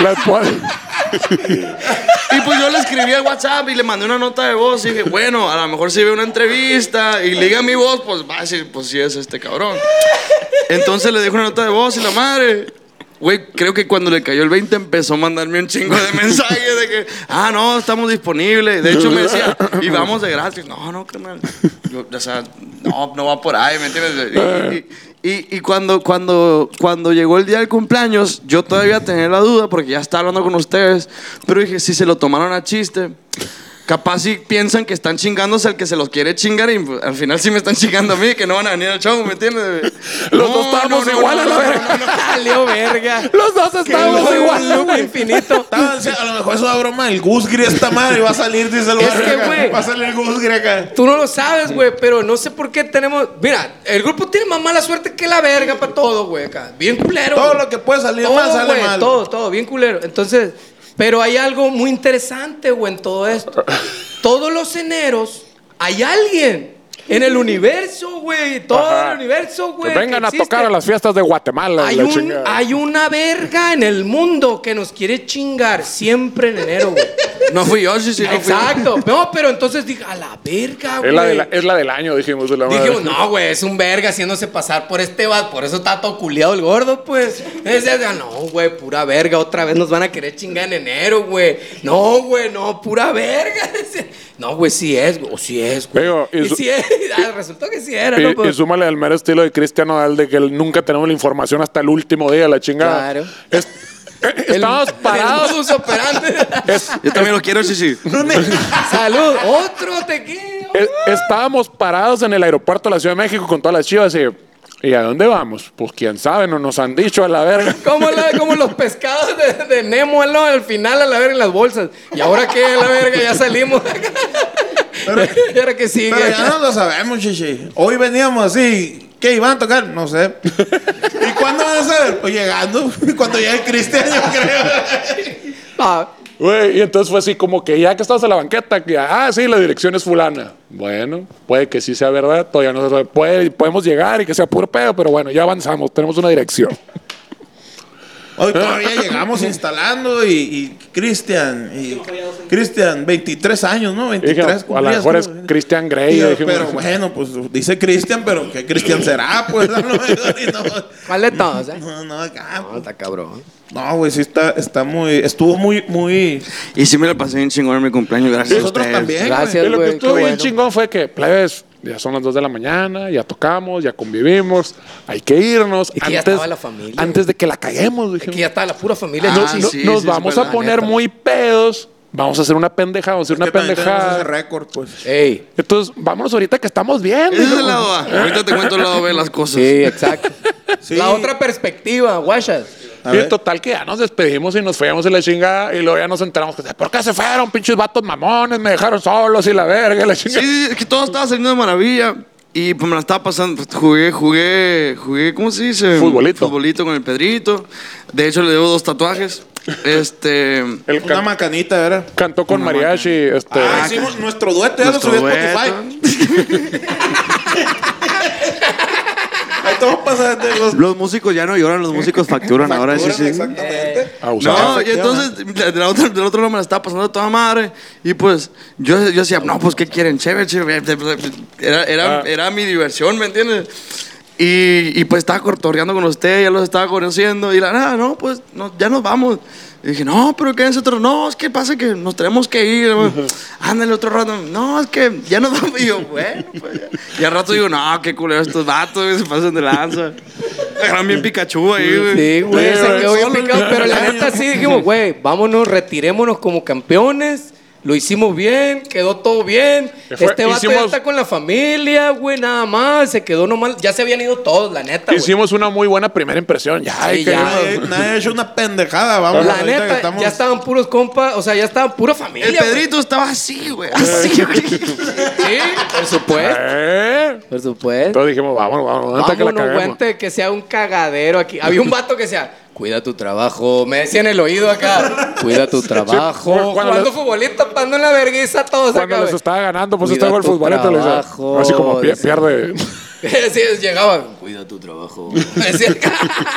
A: La cual-
D: Y pues yo le escribí al WhatsApp y le mandé una nota de voz y dije, bueno, a lo mejor si ve una entrevista y le diga mi voz, pues va a decir, pues sí es este cabrón. Entonces le dejo una nota de voz y la madre. Güey, creo que cuando le cayó el 20 empezó a mandarme un chingo de mensajes de que, ah, no, estamos disponibles. De hecho me decía, y vamos de gratis. No, no, carnal. Yo, o sea, no, no va por ahí, ¿me entiendes? Y, y- y- y cuando, cuando, cuando llegó el día del cumpleaños, yo todavía tenía la duda porque ya estaba hablando con ustedes, pero dije, si se lo tomaron a chiste, Capaz si piensan que están chingándose al que se los quiere chingar y pues, al final sí me están chingando a mí, que no van a venir al show, ¿me entiendes?
A: Los dos estábamos igual a la verga.
C: Salió verga.
A: Los dos estábamos
C: Fue un
A: igual.
C: loop infinito.
B: Estaba ansia- Ah, a lo mejor es una broma del Guzgri esta madre y va a salir, dice el
C: Es
B: barrio
C: que,
B: acá.
C: güey.
B: Va a salir el Guzgri acá.
C: Tú no lo sabes, güey, pero no sé por qué tenemos. Mira, el grupo tiene más mala suerte que la verga para todo, güey, acá. Bien culero.
B: Todo
C: güey.
B: lo que puede salir
C: Todo,
B: mal sale
C: güey,
B: mal.
C: Todo, todo, bien culero. Entonces, pero hay algo muy interesante, güey, en todo esto. Todos los eneros hay alguien en el universo, güey, todo
A: Ajá.
C: el universo, güey.
A: Que vengan
C: que
A: a tocar
C: existe.
A: a las fiestas de Guatemala.
C: Hay,
A: la
C: un,
A: chingada.
C: hay una verga en el mundo que nos quiere chingar siempre en enero, güey.
D: No fui yo, sí, sí, no fui yo.
C: Exacto. No, pero entonces dije, a la verga, güey.
A: es, la de la- es la del año, dijimos. De la madre.
C: Dije, no, güey, es un verga haciéndose pasar por este vato. Por eso está todo culiado el gordo, pues. Ese, ah, no, güey, pura verga. Otra vez nos van a querer chingar en enero, güey. No, güey, no, pura verga. Decía, No, güey, sí es, güey. O sí es, güey.
A: Digo, y
C: Y
A: su-
C: sí es. Ah, resultó que sí era, ¿no?
A: Y, Eh, y
C: Pues,
A: súmale al mero estilo de Cristiano Dal de que él nunca tenemos la información hasta el último día, la chingada.
C: Claro.
A: Es- eh, estábamos parados.
C: sus operantes.
A: es-
D: Yo también lo quiero, sí, sí.
C: Salud. Otro tequila.
A: es- estábamos parados en el aeropuerto de la Ciudad de México con todas las chivas y. ¿Y a dónde vamos? Pues quién sabe, no nos han dicho a la verga.
C: Como, la- como los pescados de, de Nemo ¿no? al final a la verga en las bolsas. ¿Y ahora qué? A la verga, ya salimos. ¿Y ahora qué sigue?
B: Pero ya no lo sabemos, chichi. Hoy veníamos así. ¿Qué iban a tocar? No sé. ¿Y cuándo van a saber? Pues llegando. Cuando llegue el Cristian, yo creo.
C: Ah,
A: Güey, y entonces fue así como que ya que estabas en la banqueta, que, ah, sí, la dirección es fulana. Bueno, puede que sí sea verdad, todavía no se sabe. Puede- podemos llegar y que sea puro pedo, pero bueno, ya avanzamos, tenemos una dirección.
B: Hoy todavía llegamos instalando y, y Cristian. y- Cristian, 23 años, ¿no? 23
A: Dije, a lo mejor es
B: creo.
A: Christian Grey,
B: Y yo,
A: dijimos.
B: pero bueno, pues dice Cristian, pero ¿qué Cristian será? Pues a lo mejor y no.
C: ¿Cuál de todos, eh?
B: No, no, acá. pues.
C: No, está cabrón.
B: No, güey, sí está, está muy. Estuvo muy, muy.
D: Y sí me la pasé bien chingón en mi cumpleaños, gracias a
B: Nosotros
D: ustedes.
B: también.
C: Gracias,
A: Y lo que
C: Eh, güey. qué
A: estuvo bien
C: bueno.
A: chingón fue que, plebes, ya son las 2 de la mañana, ya tocamos, ya convivimos, hay que irnos.
C: Y que ya estaba la familia,
A: Antes de que la caguemos, dijimos.
C: Aquí ya está la pura familia.
D: Ah,
C: yo
A: No-
C: sí.
A: no-
D: sí,
A: nos
D: sí,
A: vamos
D: sí,
A: a
D: la
A: poner
D: neta.
A: muy pedos Vamos a hacer una pendejada, vamos a hacer una
B: que también tenemos
A: pendejada.
B: ese récord, pues.
C: Ey.
A: Entonces, vámonos ahorita que estamos bien.
D: Ese es el
A: ¿no?
D: lado A. Ahorita te cuento el lado B de las cosas.
C: Sí, exacto.
B: Sí.
C: La otra perspectiva, guachas.
B: A
A: Y
B: ver.
A: total que ya nos despedimos y nos fuimos en la chingada y luego ya nos enteramos que ¿por qué se fueron pinches vatos mamones? Me dejaron solos y la verga y la
D: Sí,
A: chingada.
D: sí, es que todo estaba saliendo de maravilla. Y pues me la estaba pasando. Jugué, jugué, jugué, ¿cómo se dice?
A: Futbolito.
D: Futbolito con el Pedrito. De hecho, le debo dos tatuajes. Este.
A: El
B: Una
A: can-
B: macanita, era.
A: cantó con mariachi, este
B: Ah, hicimos nuestro duete, ya lo
D: nuestro
B: subí a
D: dueto.
B: Spotify. Ahí te vamos a pasar de los...
F: Los músicos ya no lloran, los músicos facturan. Ahora sí, sí.
C: Eh.
B: Exactamente.
A: abusado.
D: No, y entonces de la otra- del otro lado me la estaba pasando a toda madre. Y pues yo, yo decía, no, pues ¿qué quieren? Chévere, chévere. Era,
C: Ah.
D: era, era mi diversión, ¿me entiendes? Y, y, pues estaba cortorreando con usted, ya los estaba conociendo. Y la nada, no, pues no, ya nos vamos. Y dije, no, pero quédense otro. No, es que pasa que nos tenemos que ir. Ándale otro rato. No, es que ya nos vamos. Y yo, bueno, pues ya. Y al rato digo, no, qué culero estos vatos, güey, se pasan de lanza. Agarran bien Pikachu ahí, güey.
C: Sí, güey, se quedó bien
B: Solo,
C: picado.
B: güey.
C: Pero la neta sí dijimos, güey, vámonos, retirémonos como campeones. Lo hicimos bien, quedó todo bien.
A: Que fue-
C: este vato ya
A: hicimos-
C: está con la familia, güey, nada más. Se quedó nomás. Ya se habían ido todos, la neta, güey.
A: Hicimos una muy buena primera impresión. Ya,
C: Sí,
A: y que-
C: ya.
B: Nadie, nadie ha hecho una pendejada, vamos.
C: La
B: ahorita que
C: neta,
B: estamos-
C: ya estaban puros compas, o sea, ya estaban pura familia.
D: El
C: güey.
D: Pedrito estaba así, güey. Así, güey.
C: Sí, por supuesto.
A: ¿Eh?
C: Por supuesto.
A: Entonces dijimos, vámonos, vámonos, hasta que la
C: Vámonos, güey,
A: caguemos.
C: antes de que sea un cagadero aquí. Había un vato que decía, cuida tu trabajo. Me decía en el oído acá, cuida tu trabajo.
A: cuando
C: jugando
A: los-
C: futbolito, tapando en la vergüenza a todos
A: Cuando
C: acá,
A: les
C: güey.
A: estaba ganando, pues
C: Cuida
A: estaba el
C: tu
A: futbolito. les-
C: trabajo,
A: así como pie-
C: decía.
A: pierde.
C: Sí, llegaba, cuida tu trabajo. Me decía acá.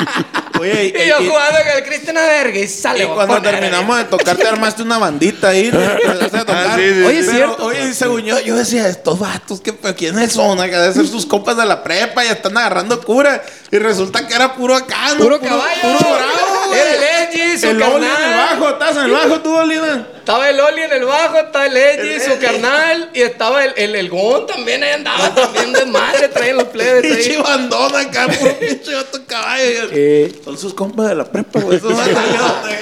B: Oye, y,
C: y yo
B: y-
C: jugando con el Cristian a vergüenza.
B: y
C: le voy a
B: cuando
C: poner, eh.
B: terminamos de tocar, te armaste una bandita ahí. te empezaste a tocar.
D: sí, sí.
C: Oye, es
B: Pero,
C: cierto.
B: Oye, según yo, yo decía, estos vatos, ¿qué, pero ¿quiénes son? Acá deben ser sus compas de la prepa y están agarrando cura. Y resulta que era puro acá, ¿no?
C: Puro caballo.
B: Puro bravo, güey.
C: Era el Edgy, su
B: El
C: carnal.
B: Oli en el bajo, estás en el bajo tú, Oliva.
C: Estaba el Oli en el bajo, estaba el Edgy, su carnal, y estaba el, el, el Gon también ahí andaba también de madre, traían los plebes
B: Pinche
C: ahí.
B: bandona acá, puro pinche vato caballo.
C: Eh,
B: Son sus compas de la prepa, güey. Esos vatos, güey.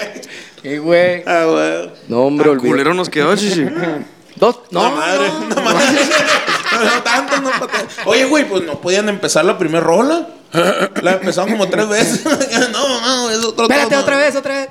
C: qué güey.
B: Ah, güey.
C: No, hombre,
D: El
C: olvidé.
D: Ah, culero nos quedó, chichi.
C: Dos, no,
B: No, madre,
C: Oh, no.
B: no, madre. No, no, tanto, no, pa' tanto. Oye, güey, pues no podían empezar la primera rola. La empezaron como tres veces. No, no, es otro
C: Espérate,
B: tono.
C: otra vez, otra vez.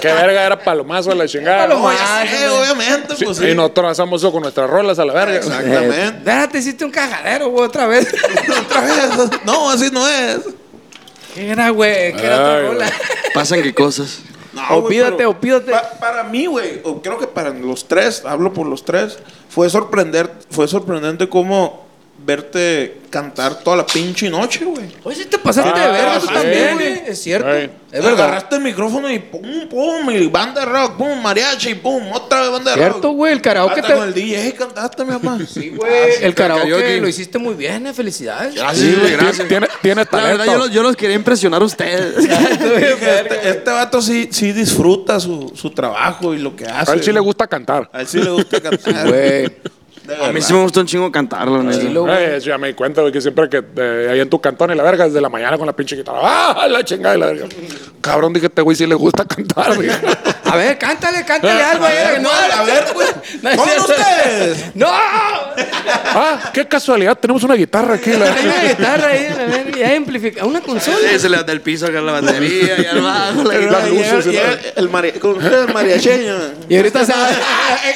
A: Qué verga era palomazo a la chingada.
C: Palomazo.
B: ah, No, ya sé, obviamente,
A: Sí, eh,
B: pues sí.
A: Y nosotros hacemos eso con nuestras rolas a la verga.
B: Exactamente.
C: Espérate, hiciste un cagadero, güey, otra vez.
B: Otra vez. ah, No, así no es.
C: ¿Qué era, güey? ¿Qué era
A: Ay,
C: tu rola?
D: Pasan qué cosas.
B: No, güey,
C: Olvídate,
B: pero
C: olvídate.
B: pa- para mí, güey, o creo que para los tres, hablo por los tres, fue sorprender, fue sorprendente cómo verte cantar toda la pinche noche, güey.
C: Oye, si te pasaste
A: Ah,
C: de verga tú
A: sí.
C: también, eh. Es cierto.
A: Ay.
C: Es verdad.
B: Agarraste el micrófono y pum, pum, y banda de rock, pum, mariachi, pum, otra vez banda de rock.
C: Cierto, güey, el karaoke
B: Hasta
C: te-
B: con el DJ cantaste, mi papá.
C: Sí, güey. El karaoke
D: karaoke. Ah,
C: lo hiciste muy bien, eh. Felicidades.
D: Gracias, güey, gracias.
A: Tiene, tiene
D: La
A: talento.
D: verdad, yo los, yo los quería impresionar a ustedes.
B: Este, este vato sí, sí disfruta su, su trabajo y lo que hace.
A: a él sí le gusta cantar.
B: A él sí le gusta cantar.
C: Güey.
B: De
D: A mí
B: verdad.
D: sí me gustó un chingo cantarlo, neta.
C: Sí, lo-
A: Ay, ya me di cuenta, güey, que siempre que eh, ahí en tu cantón y la verga, desde la mañana con la pinche guitarra. ¡Ah, la chingada de la verga! Cabrón, dije, este güey sí le gusta cantar, güey.
C: A ver, cántale, cántale algo.
B: A ver,
C: no,
B: ¿cuál? A ver, pues.
C: es
B: ¿Cómo
C: cierto.
B: ustedes?
C: ¡No!
A: ¡Ah, qué casualidad! Tenemos una guitarra aquí. La...
C: Hay una guitarra ahí, a ver, y hay amplifica- una consola.
D: Sí, se le da del piso acá la batería y al bajo. La
B: Llega-
D: guitarra.
A: luces,
B: llega el mari- con usted el mariacheño.
C: Y ahorita se,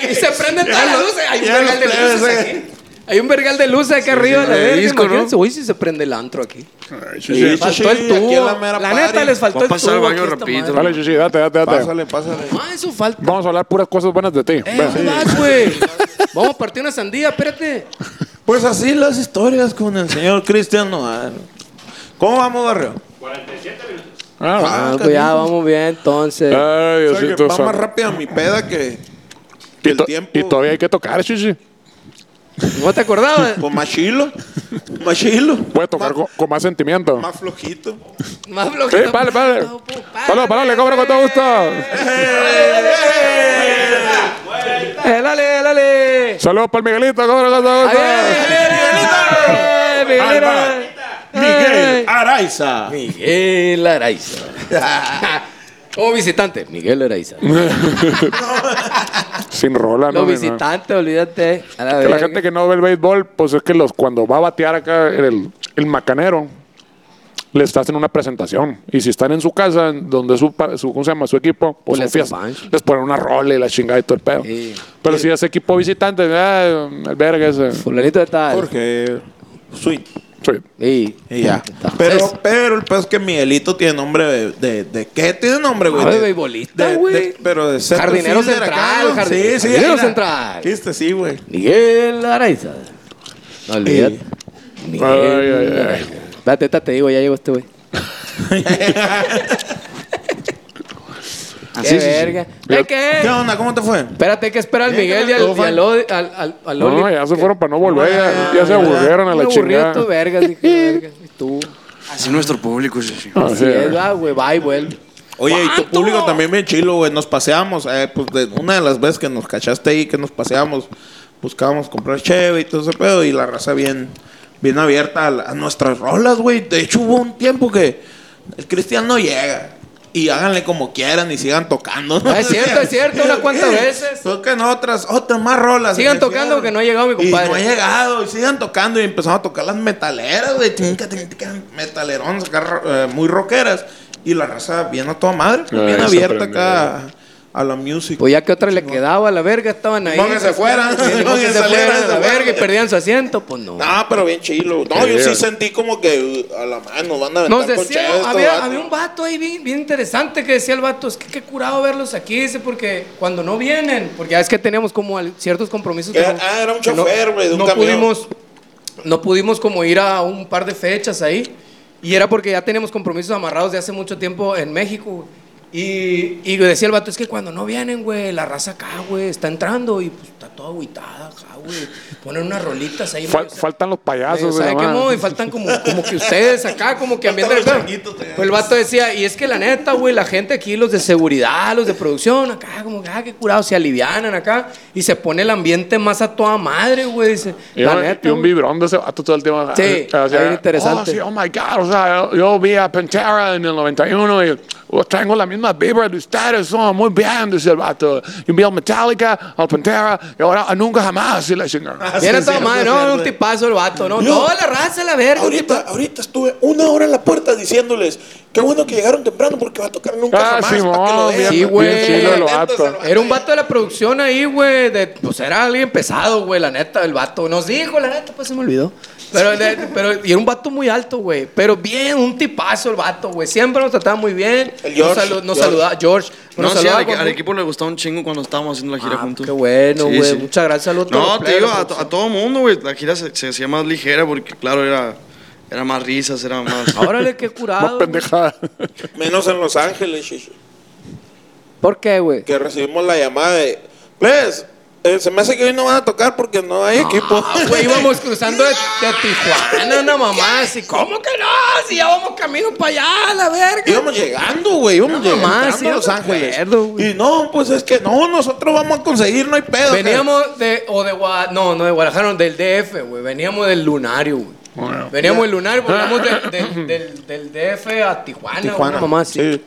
C: y se prenden todas las luces. Hay un
B: Ya
C: vergal de
B: los plebes,
C: luces
B: eh.
C: aquí. Hay un vergal de luces acá arriba.
D: sí,
C: la
D: de
C: verga,
D: disco, ¿no?
C: imagínense. Uy, si se prende el antro aquí.
B: Sí,
C: Faltó el
B: sí, aquí en
C: tubo.
B: mera
C: La, neta
B: party.
C: les faltó
D: Voy a
C: el tubo.
D: pasar al baño
C: aquí esta
D: rapidito.
C: madre.
A: Dale, chichi, date, date, date.
B: Pásale, pásale.
C: Ah, eso falta.
A: Vamos a hablar puras cosas buenas de ti.
C: Eh,
A: Ven.
C: ¿dónde vas, güey? Vamos a partir una sandía, espérate.
B: Pues así las historias con el señor Cristian Nodal. ¿Cómo vamos, barrio?
A: Ah,
C: Ah, pues ya, vamos bien, entonces.
A: Ay,
B: O sea, que
A: Diosito
B: va más
A: santo.
B: rápido mi peda que, que
A: Y,
B: el
A: to-
B: tiempo.
A: y todavía hay que tocar, chichi.
C: ¿No te acordabas?
B: Pues más chilo. Más chilo.
A: Puede tocar
B: Más,
A: con, con más sentimiento.
B: más flojito.
C: Más
A: Sí,
C: flojito.
A: vale, vale.
C: No, pues,
A: Párale, párale, cobra con todo gusto.
C: Eh, dale, dale.
A: Saludos para el Miguelito, cobra con todo gusto.
C: Ay, Miguel, Miguel,
B: Alba.
C: Miguel.
B: Araiza.
C: Miguel Araiza. O visitante, Miguel Araiza.
A: Sin rola, ¿no?
C: Lo
A: Ni nada.
C: visitante, olvídate. A la
A: Que la
C: verga.
A: gente que no ve el béisbol, pues es que los cuando va a batear acá el, el macanero, les hacen una presentación. Y si están en su casa, donde es su, pa- su, ¿cómo se llama? su equipo, pues
C: Pues les
A: son fiestas.
C: acompañan.
A: les ponen una rola y la chingada y todo el pedo.
C: Sí.
A: Pero si es equipo visitante, ah, el verga ese. Sí.
C: Fulanito de tal.
B: Jorge. Sweet.
C: Y,
B: Y ya.
C: Entonces-
B: Pero, pero el pedo es que Miguelito tiene nombre de. ¿De, de qué tiene nombre, güey?
C: Ah, de
B: De
C: beisbolista,
B: de-
C: güey.
B: de- Pero de center
C: Jardinero
B: fielder acá,
C: central,
B: ¿no?
C: jardi-
B: Sí, sí.
C: jardinero
B: mira.
C: central.
B: Chiste, sí, güey.
C: Miguel Araiza. No olvídate. Miguel
A: Ay, ay, ay.
C: Araiza. Date, date, te digo, ya llegó este güey. Qué
F: sí, sí.
C: verga. ¿De qué?
B: ¿Qué onda? ¿Cómo te fue?
C: Espérate, hay que espera al
B: Bien,
C: Miguel y
B: carnal.
C: al,
B: Todo
C: y al,
B: fine.
C: Odi- al, al, al Oli.
A: No, ya se fueron para no volver.
B: No,
A: Ya,
B: ya,
A: ya se
C: Ah,
B: ya.
A: aburrieron a
C: Me
A: la
C: aburrió
A: chingada.
C: tu verga, dije, verga. Y tú.
D: Así nuestro público, sí, sí.
A: Ah,
C: Así
A: sí.
C: es, va, güey, va y vuelve.
B: Oye, y tu público también bien chilo, güey. Nos paseamos. eh, pues de una de las veces que nos cachaste ahí, que nos paseamos, buscábamos comprar cheve y todo ese pedo. Y la raza bien, bien abierta a, la- a nuestras rolas, güey. De hecho, hubo un tiempo que el Cristian no llega. Y háganle como quieran y sigan tocando.
C: Ah, es cierto, es cierto, unas cuantas veces.
B: Toquen otras, otras más rolas.
C: Sigan
B: Y
C: tocando porque no ha llegado mi compadre.
B: Y no ha llegado, y sigan tocando y empezaron a tocar las metaleras, güey. tinca, tinca, tinca, Metalerón, sacar eh, muy rockeras. Y la raza bien a toda madre,
A: Ay,
B: bien
A: se
B: abierta
A: prendió.
B: acá a, a la music.
C: Pues ya que otra le quedaba a la verga, estaban ahí.
B: No, que se fueran.
C: Sí, no,
B: No,
C: que
B: que
C: se
B: salieran,
C: fueran a la
B: se fueran.
C: verga y perdían su asiento, pues no.
B: No, pero bien chilo. No,
A: Qué
B: yo
A: bien.
B: sí sentí como que uh, a la mano van a aventar
C: Nos
B: con
C: decía,
B: cheve estos
C: había,
B: vatos.
C: había un vato ahí bien, bien interesante que decía el vato, es que qué curado verlos aquí, dice, porque cuando no vienen, porque ya es que teníamos como al- ciertos compromisos. que
B: Era-
C: no-
B: ah, era un
C: que no-
B: chofer, güey, de un
C: no
B: camión.
C: pudimos, no pudimos como ir a un par de fechas ahí, y era porque ya teníamos compromisos amarrados de hace mucho tiempo en México, güey. y, y decía el vato, es que cuando no vienen, güey, la raza acá, güey, está entrando y pues está toda agüitada acá, güey. Ponen unas rolitas ahí.
A: Fal-
C: medio-
A: faltan los
C: Medio,
A: payasos. güey,
C: ¿sabe
A: la
C: qué,
A: madre.
C: mo? Y faltan como, como que ustedes acá, como que ambiente.
B: Faltan los
C: del-
B: changuitos, te-
C: Pues el vato decía, y es que la neta, güey, la gente aquí, los de seguridad, los de producción, acá, como que, ah, qué curado, se alivianan acá. Y se pone el ambiente más a toda madre, güey. dice,
A: Y,
C: la
A: un-
C: neta.
A: y un
C: güey.
A: vibrón de ese vato todo el tiempo. ah,
C: Sí,
A: O sea,
C: ahí interesante.
A: Oh, sí, oh my God. O sea, yo, yo vi a Pantera en el 91 y oh, tengo la misma vibra de ustedes. Son muy bien, dice el vato. Yo vi al Metallica, al Pantera y ahora a nunca jamás. Y la chingada.
C: Viene
B: Sí,
C: toda
B: sí,
C: madre,
B: sí,
C: no,
B: sí,
C: era un
B: sí.
C: tipazo el vato, no.
B: Yo-
C: Toda la raza, la verga.
B: Ahorita, ahorita estuve una hora en la puerta diciéndoles qué bueno que llegaron temprano porque va a tocar nunca
A: Ah,
B: jamás.
A: Simón,
B: pa' que lo vean".
C: Sí, güey.
A: Bien chido el vato.
B: Entonces, eh, el
C: Era un vato de la producción ahí, güey. de- Pues era alguien pesado, güey, la neta, el vato. Nos dijo, la neta, pues se me olvidó. Pero, de- pero y era un vato muy alto, güey. Pero bien, un tipazo el vato, güey. Siempre nos trataba muy bien.
B: El George,
C: nos, salu- nos
B: George.
C: saludaba, George.
D: No,
C: Nos
D: sí,
C: saludaba
D: al,
C: con-
D: al equipo le gustaba un chingo cuando estábamos haciendo la gira
C: Ah,
D: juntos.
C: qué bueno, güey. Muchas gracias al otro
D: No, te
C: player,
D: digo,
C: la
D: a, to-
C: producción.
D: a todo mundo, güey. La gira se, se hacía más ligera porque, claro, era, era más risas, era más.
C: Órale, qué
A: Más
C: curado.
A: pendejada.
B: Menos en Los Ángeles, chicho,
C: ¿Por qué, güey?
B: que recibimos la llamada de, "Plebes, eh, se me hace que hoy no van a tocar porque no hay equipo.
C: Ah, güey, íbamos cruzando de, de Tijuana, una mamá así. ¿Cómo que no? Si ya vamos camino para allá, la verga.
B: íbamos llegando, güey, íbamos
C: No,
B: llegando
C: mamá, sí,
B: a
C: yo
B: Los
C: me
B: Ángeles.
C: acuerdo, güey.
B: y no, pues es que no, nosotros vamos a conseguir, no hay pedo. que-
C: Veníamos de, o de Gua- no, no de Guadalajara, no, del DF, güey. Veníamos del Lunario, güey. Veníamos del Lunario, volvamos de- del- del, del DF a Tijuana,
B: Tijuana.
C: Una mamá así.
B: Sí.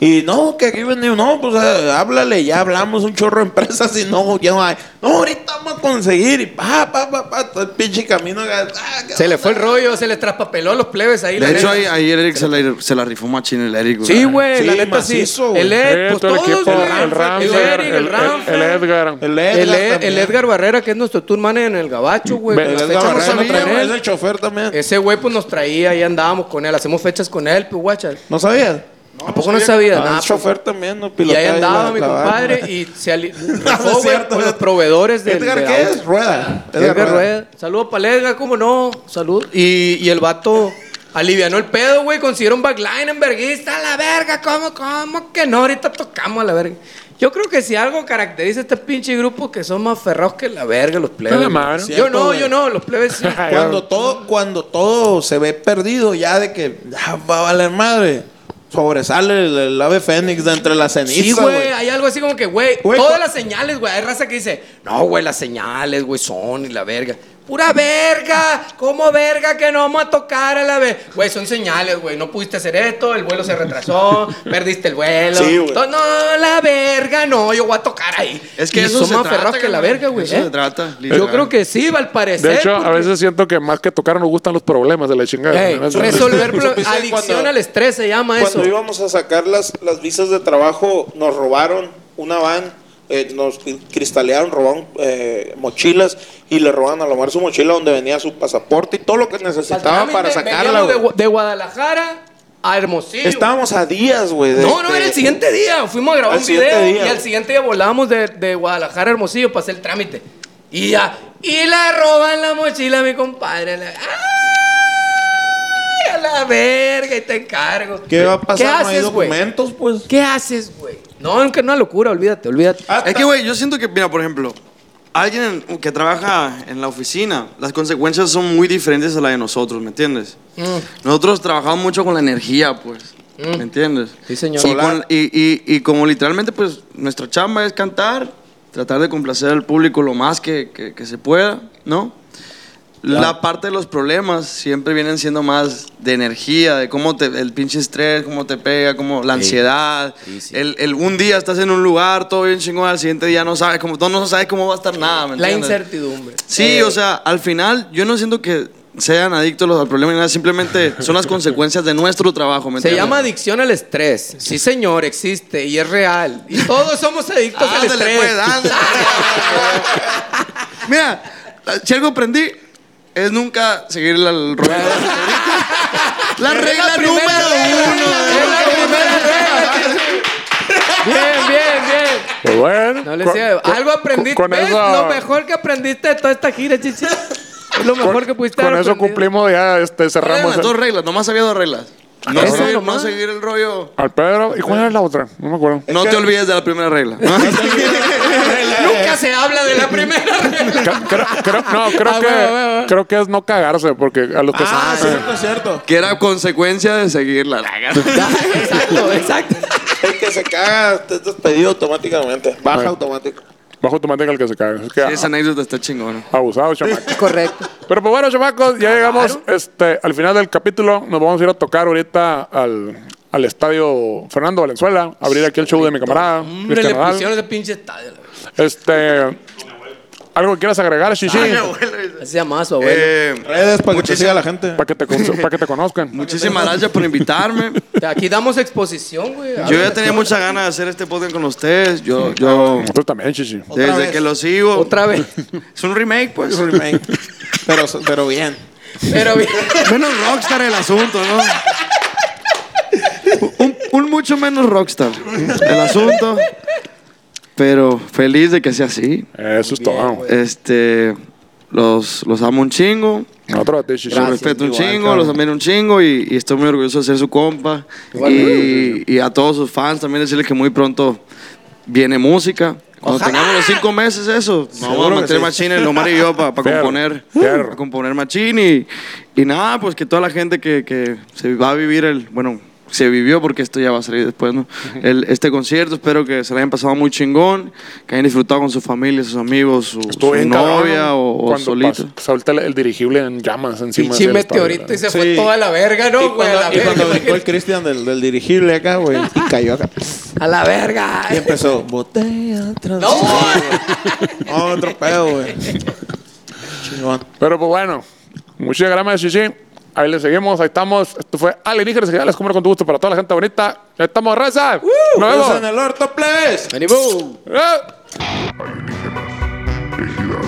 B: Y no, que aquí venimos, no, pues eh, háblale, ya hablamos un chorro de empresas y no, ya no hay. No, ahorita vamos a conseguir y pa, pa, pa, pa, todo el pinche camino. ah, ah,
C: Se le fue el rollo, se le traspapeló a los plebes ahí. la
D: De hecho,
C: neta.
D: ahí, ahí el Eric se la, se la rifó machín el Eric, güey.
C: Sí, güey,
B: Sí,
C: la neta
B: macizo,
C: sí.
B: güey.
C: El Ed, pues
A: todo el
C: todos,
A: equipo.
C: güey.
A: El
C: el
A: Ramfer,
C: Eric,
A: el,
C: el, Ramfer,
A: el Edgar.
B: El
C: el,
B: Edgar.
C: Ed-
B: también.
C: el Edgar Barrera, que es nuestro tour manager en el Gabacho, güey.
A: El
B: El
C: Las
B: Edgar
C: fechas nos
B: Barrera
C: traía
B: también,
C: él.
B: es el chofer también.
C: Ese güey, pues nos traía, y andábamos con él, hacemos fechas con él, pues, guacha.
B: ¿No sabías?
C: ¿A poco no sabía?
B: Ah,
C: Nada,
B: el
C: pues,
B: chofer también, no
C: Y
B: pilotaba
C: ahí andaba
B: la-
C: mi
B: la
C: compadre
B: barra.
C: y se ali-
B: No,
C: rifó,
B: es
C: güey,
B: cierto,
C: con los
B: Edgar.
C: proveedores del
B: ¿Edgar
C: de
B: qué
C: auto.
B: es? Rueda.
C: Edgar Rueda. Saludos para Edgar, cómo no. Salud. Y, y el vato alivianó el pedo, güey. Consiguieron backline en verguista. La verga, ¿cómo, cómo que no? Ahorita tocamos a la verga. Yo creo que si algo caracteriza a este pinche grupo que son más ferrados que la verga los plebes.
A: Está de
C: güey.
A: madre.
C: yo
B: Cierto,
C: no,
B: güey.
C: yo no, los plebes sí.
B: Cuando todo, cuando todo se ve perdido, ya de que ya va a valer madre, sobresale el, el ave fénix de entre las
C: Sí,
B: cenizas,
C: güey,
B: güey.
C: hay algo así como que, güey,
B: Güey,
C: todas
B: cu-
C: las señales, güey. Hay raza que dice, no, güey, las señales, güey, son y la verga. Pura verga, ¿cómo verga que no vamos a tocar a la vez? Güey, son señales, güey. No pudiste hacer esto, el vuelo se retrasó, perdiste el vuelo.
B: Sí, güey.
C: No, no, la verga, no, yo voy a tocar ahí.
D: Es que
C: Y
D: eso
C: son
D: se
C: más
D: trata,
C: aferrados que la
D: carnal.
C: verga, güey.
D: Eso
C: ¿eh?
D: se trata,
C: Yo
D: literal.
C: creo que sí, al parecer.
A: De hecho, a
C: porque-
A: veces siento que más que tocar nos gustan los problemas de la chingada.
C: Ey,
A: ¿no?
C: resolver pro-
B: supiste
C: adicción
B: cuando-
C: al estrés se llama eso.
B: Cuando íbamos a sacar las, las visas de trabajo, nos robaron una van, eh, nos cri- cristalearon, robaron eh, mochilas y le robaron a Lomar su mochila donde venía su pasaporte y todo lo que necesitaba
C: Exactamente,
B: para sacarla.
C: veníamos de,
B: güey.
C: Gua- de Guadalajara a Hermosillo.
B: Estábamos a días, güey. de
C: No, no,
B: este-
C: era el siguiente día. Fuimos a grabar
B: Al
C: un
B: siguiente
C: video
B: día.
C: y al siguiente día volábamos de, de Guadalajara a Hermosillo para hacer el trámite. Y ya. Y la roban la mochila a mi compadre. La- ¡Ay! A la verga, y te encargo.
B: ¿Qué va a pasar?
C: ¿Qué
B: no hay
C: haces, güey?
B: documentos, pues.
C: ¿Qué haces, güey? No, nunca es una locura, olvídate, olvídate.
B: Hasta-
D: Es que, güey, yo siento que, mira, por ejemplo, alguien que trabaja en la oficina, las consecuencias son muy diferentes a las de nosotros, ¿me entiendes?
C: Mm.
D: Nosotros trabajamos mucho con la energía, pues. ¿Me entiendes?
C: Sí, señor.
D: Y, con- y- y- y como literalmente, pues, nuestra chamba es cantar, tratar de complacer al público lo más que, que- que se pueda, ¿no? La parte de los problemas siempre vienen siendo más de energía, de cómo te, el pinche estrés, cómo te pega, cómo la ansiedad.
F: Sí, sí.
D: El, el un día estás en un lugar, todo bien chingón, al siguiente día no sabes cómo, no sabes cómo va a estar nada, ¿me
C: La
D: entiendes?
C: incertidumbre. Eh,
D: Sí, o sea, al final yo no siento que sean adictos los- al problema ni nada, simplemente son las consecuencias de nuestro trabajo, ¿me
C: Se
D: entiendes?
C: llama adicción al estrés. Sí, señor, existe y es real. Y todos somos adictos
B: Ah,
C: al
D: Ándale,
C: estrés.
D: pues, ándale. Mira, si algo aprendí es nunca seguir la el rollo. La regla
C: primera
D: número
C: regla,
D: uno.
C: es la primera regla. Bien, bien, bien.
A: Pues bueno.
C: No le
A: con-
C: sigue.
A: con-
C: Algo aprendiste.
A: Con, con
C: ¿Ves?
A: eso,
C: Lo mejor que aprendiste de toda esta gira, chichi. Es lo mejor
A: con-
C: que pudiste
A: Con
C: haber
A: eso
C: aprendido.
A: cumplimos ya, este, cerramos
B: ¿eh?
D: Reglas, dos
A: el-
D: reglas, nomás había dos reglas.
B: Ah,
D: No,
C: Eso
D: seguir,
C: nomás.
D: no seguir el rollo.
A: al Pedro. ¿Y cuál era la otra? No me acuerdo.
D: No te olvides de la primera regla.
C: Nunca se habla de la primera regla.
A: Creo- creo- creo- no, creo
C: Ah,
A: que
C: bueno, bueno, bueno.
A: creo que es no cagarse porque a los que
B: Ah,
A: saben-
B: cierto, cierto.
D: que era consecuencia de seguir la regla.
C: Exacto, exacto.
B: El que se caga es despedido automáticamente. Baja automático.
A: bajo tu manteca el que se caga. Es que
D: Esa anécdota está chingona.
A: abusado, chamaco.
E: Correcto.
A: Pero pues bueno, chamacos, ya llegamos este, al final del capítulo. Nos vamos a ir a tocar ahorita al, al estadio Fernando Valenzuela, abrir aquí el show de mi camarada.
C: Hombre,
A: Cristian
C: le
A: Nadal.
C: pusieron ese pinche estadio. la verdad.
A: Este, ¿Algo que quieras agregar, Shishi?
C: Ah, Así se llamaba su abuelo.
D: Eh,
B: Redes para que te siga la gente.
A: Para que, te con- pa' que te conozcan.
D: muchísimas gracias por invitarme.
C: Aquí damos exposición, güey.
D: Yo ya tenía muchas ganas de hacer este podcast con ustedes. Yo,
B: Ah,
D: yo
A: Tú también, Shishi.
D: desde
B: vez.
D: que lo sigo.
C: Otra vez.
D: Es un remake, pues.
B: Pero, pero bien.
C: Pero bien.
D: Menos rockstar el asunto, ¿no? Un, un mucho menos rockstar el asunto. Pero feliz de que sea así.
A: Eso es
C: pues.
A: todo.
D: Este, los, los amo un chingo.
A: Otro a ti, Shishi.
D: Los respeto un chingo, los admiro un chingo y, y estoy muy orgulloso de ser su compa. Y, y a todos sus fans también decirles que muy pronto viene música. Cuando tengamos los cinco meses, eso. Nos vamos a meter machine, Lomar y yo, para
A: Fierro,
D: componer,
A: fierro.
D: pa componer machine. Y, y nada, pues que toda la gente que, que se va a vivir el. Bueno, se vivió porque esto ya va a salir después, ¿no? El- este concierto, espero que se la hayan pasado muy chingón, que hayan disfrutado con su familia, sus amigos, su,
A: Estuvo
D: su
A: bien cabrón,
D: novia o, o
A: cuando
D: solito.
A: pas- Solta el, el dirigible en llamas encima.
C: Pinche
A: del estadio,
C: meteorito y
A: ¿verdad?
C: se fue
B: Sí.
C: toda la verga,
B: Y
C: ¿no, güey? A la
B: cuando, y cuando
C: verga.
B: brincó el Cristian del, del dirigible acá, güey, y cayó acá.
C: A la verga.
B: Y empezó, botella tras
C: No.
B: botella". No, otro pedo, güey. Chingón.
A: Pero pues bueno, muchas gracias, Shishi. Ahí le seguimos, ahí estamos. Esto fue Alienígenas que ya les comer con tu gusto para toda la gente bonita. Ya estamos, raza. Nos
B: Besos
A: vemos.
B: en el orto, plebes.
C: Venimos.
A: Eh.
G: Alienígenas.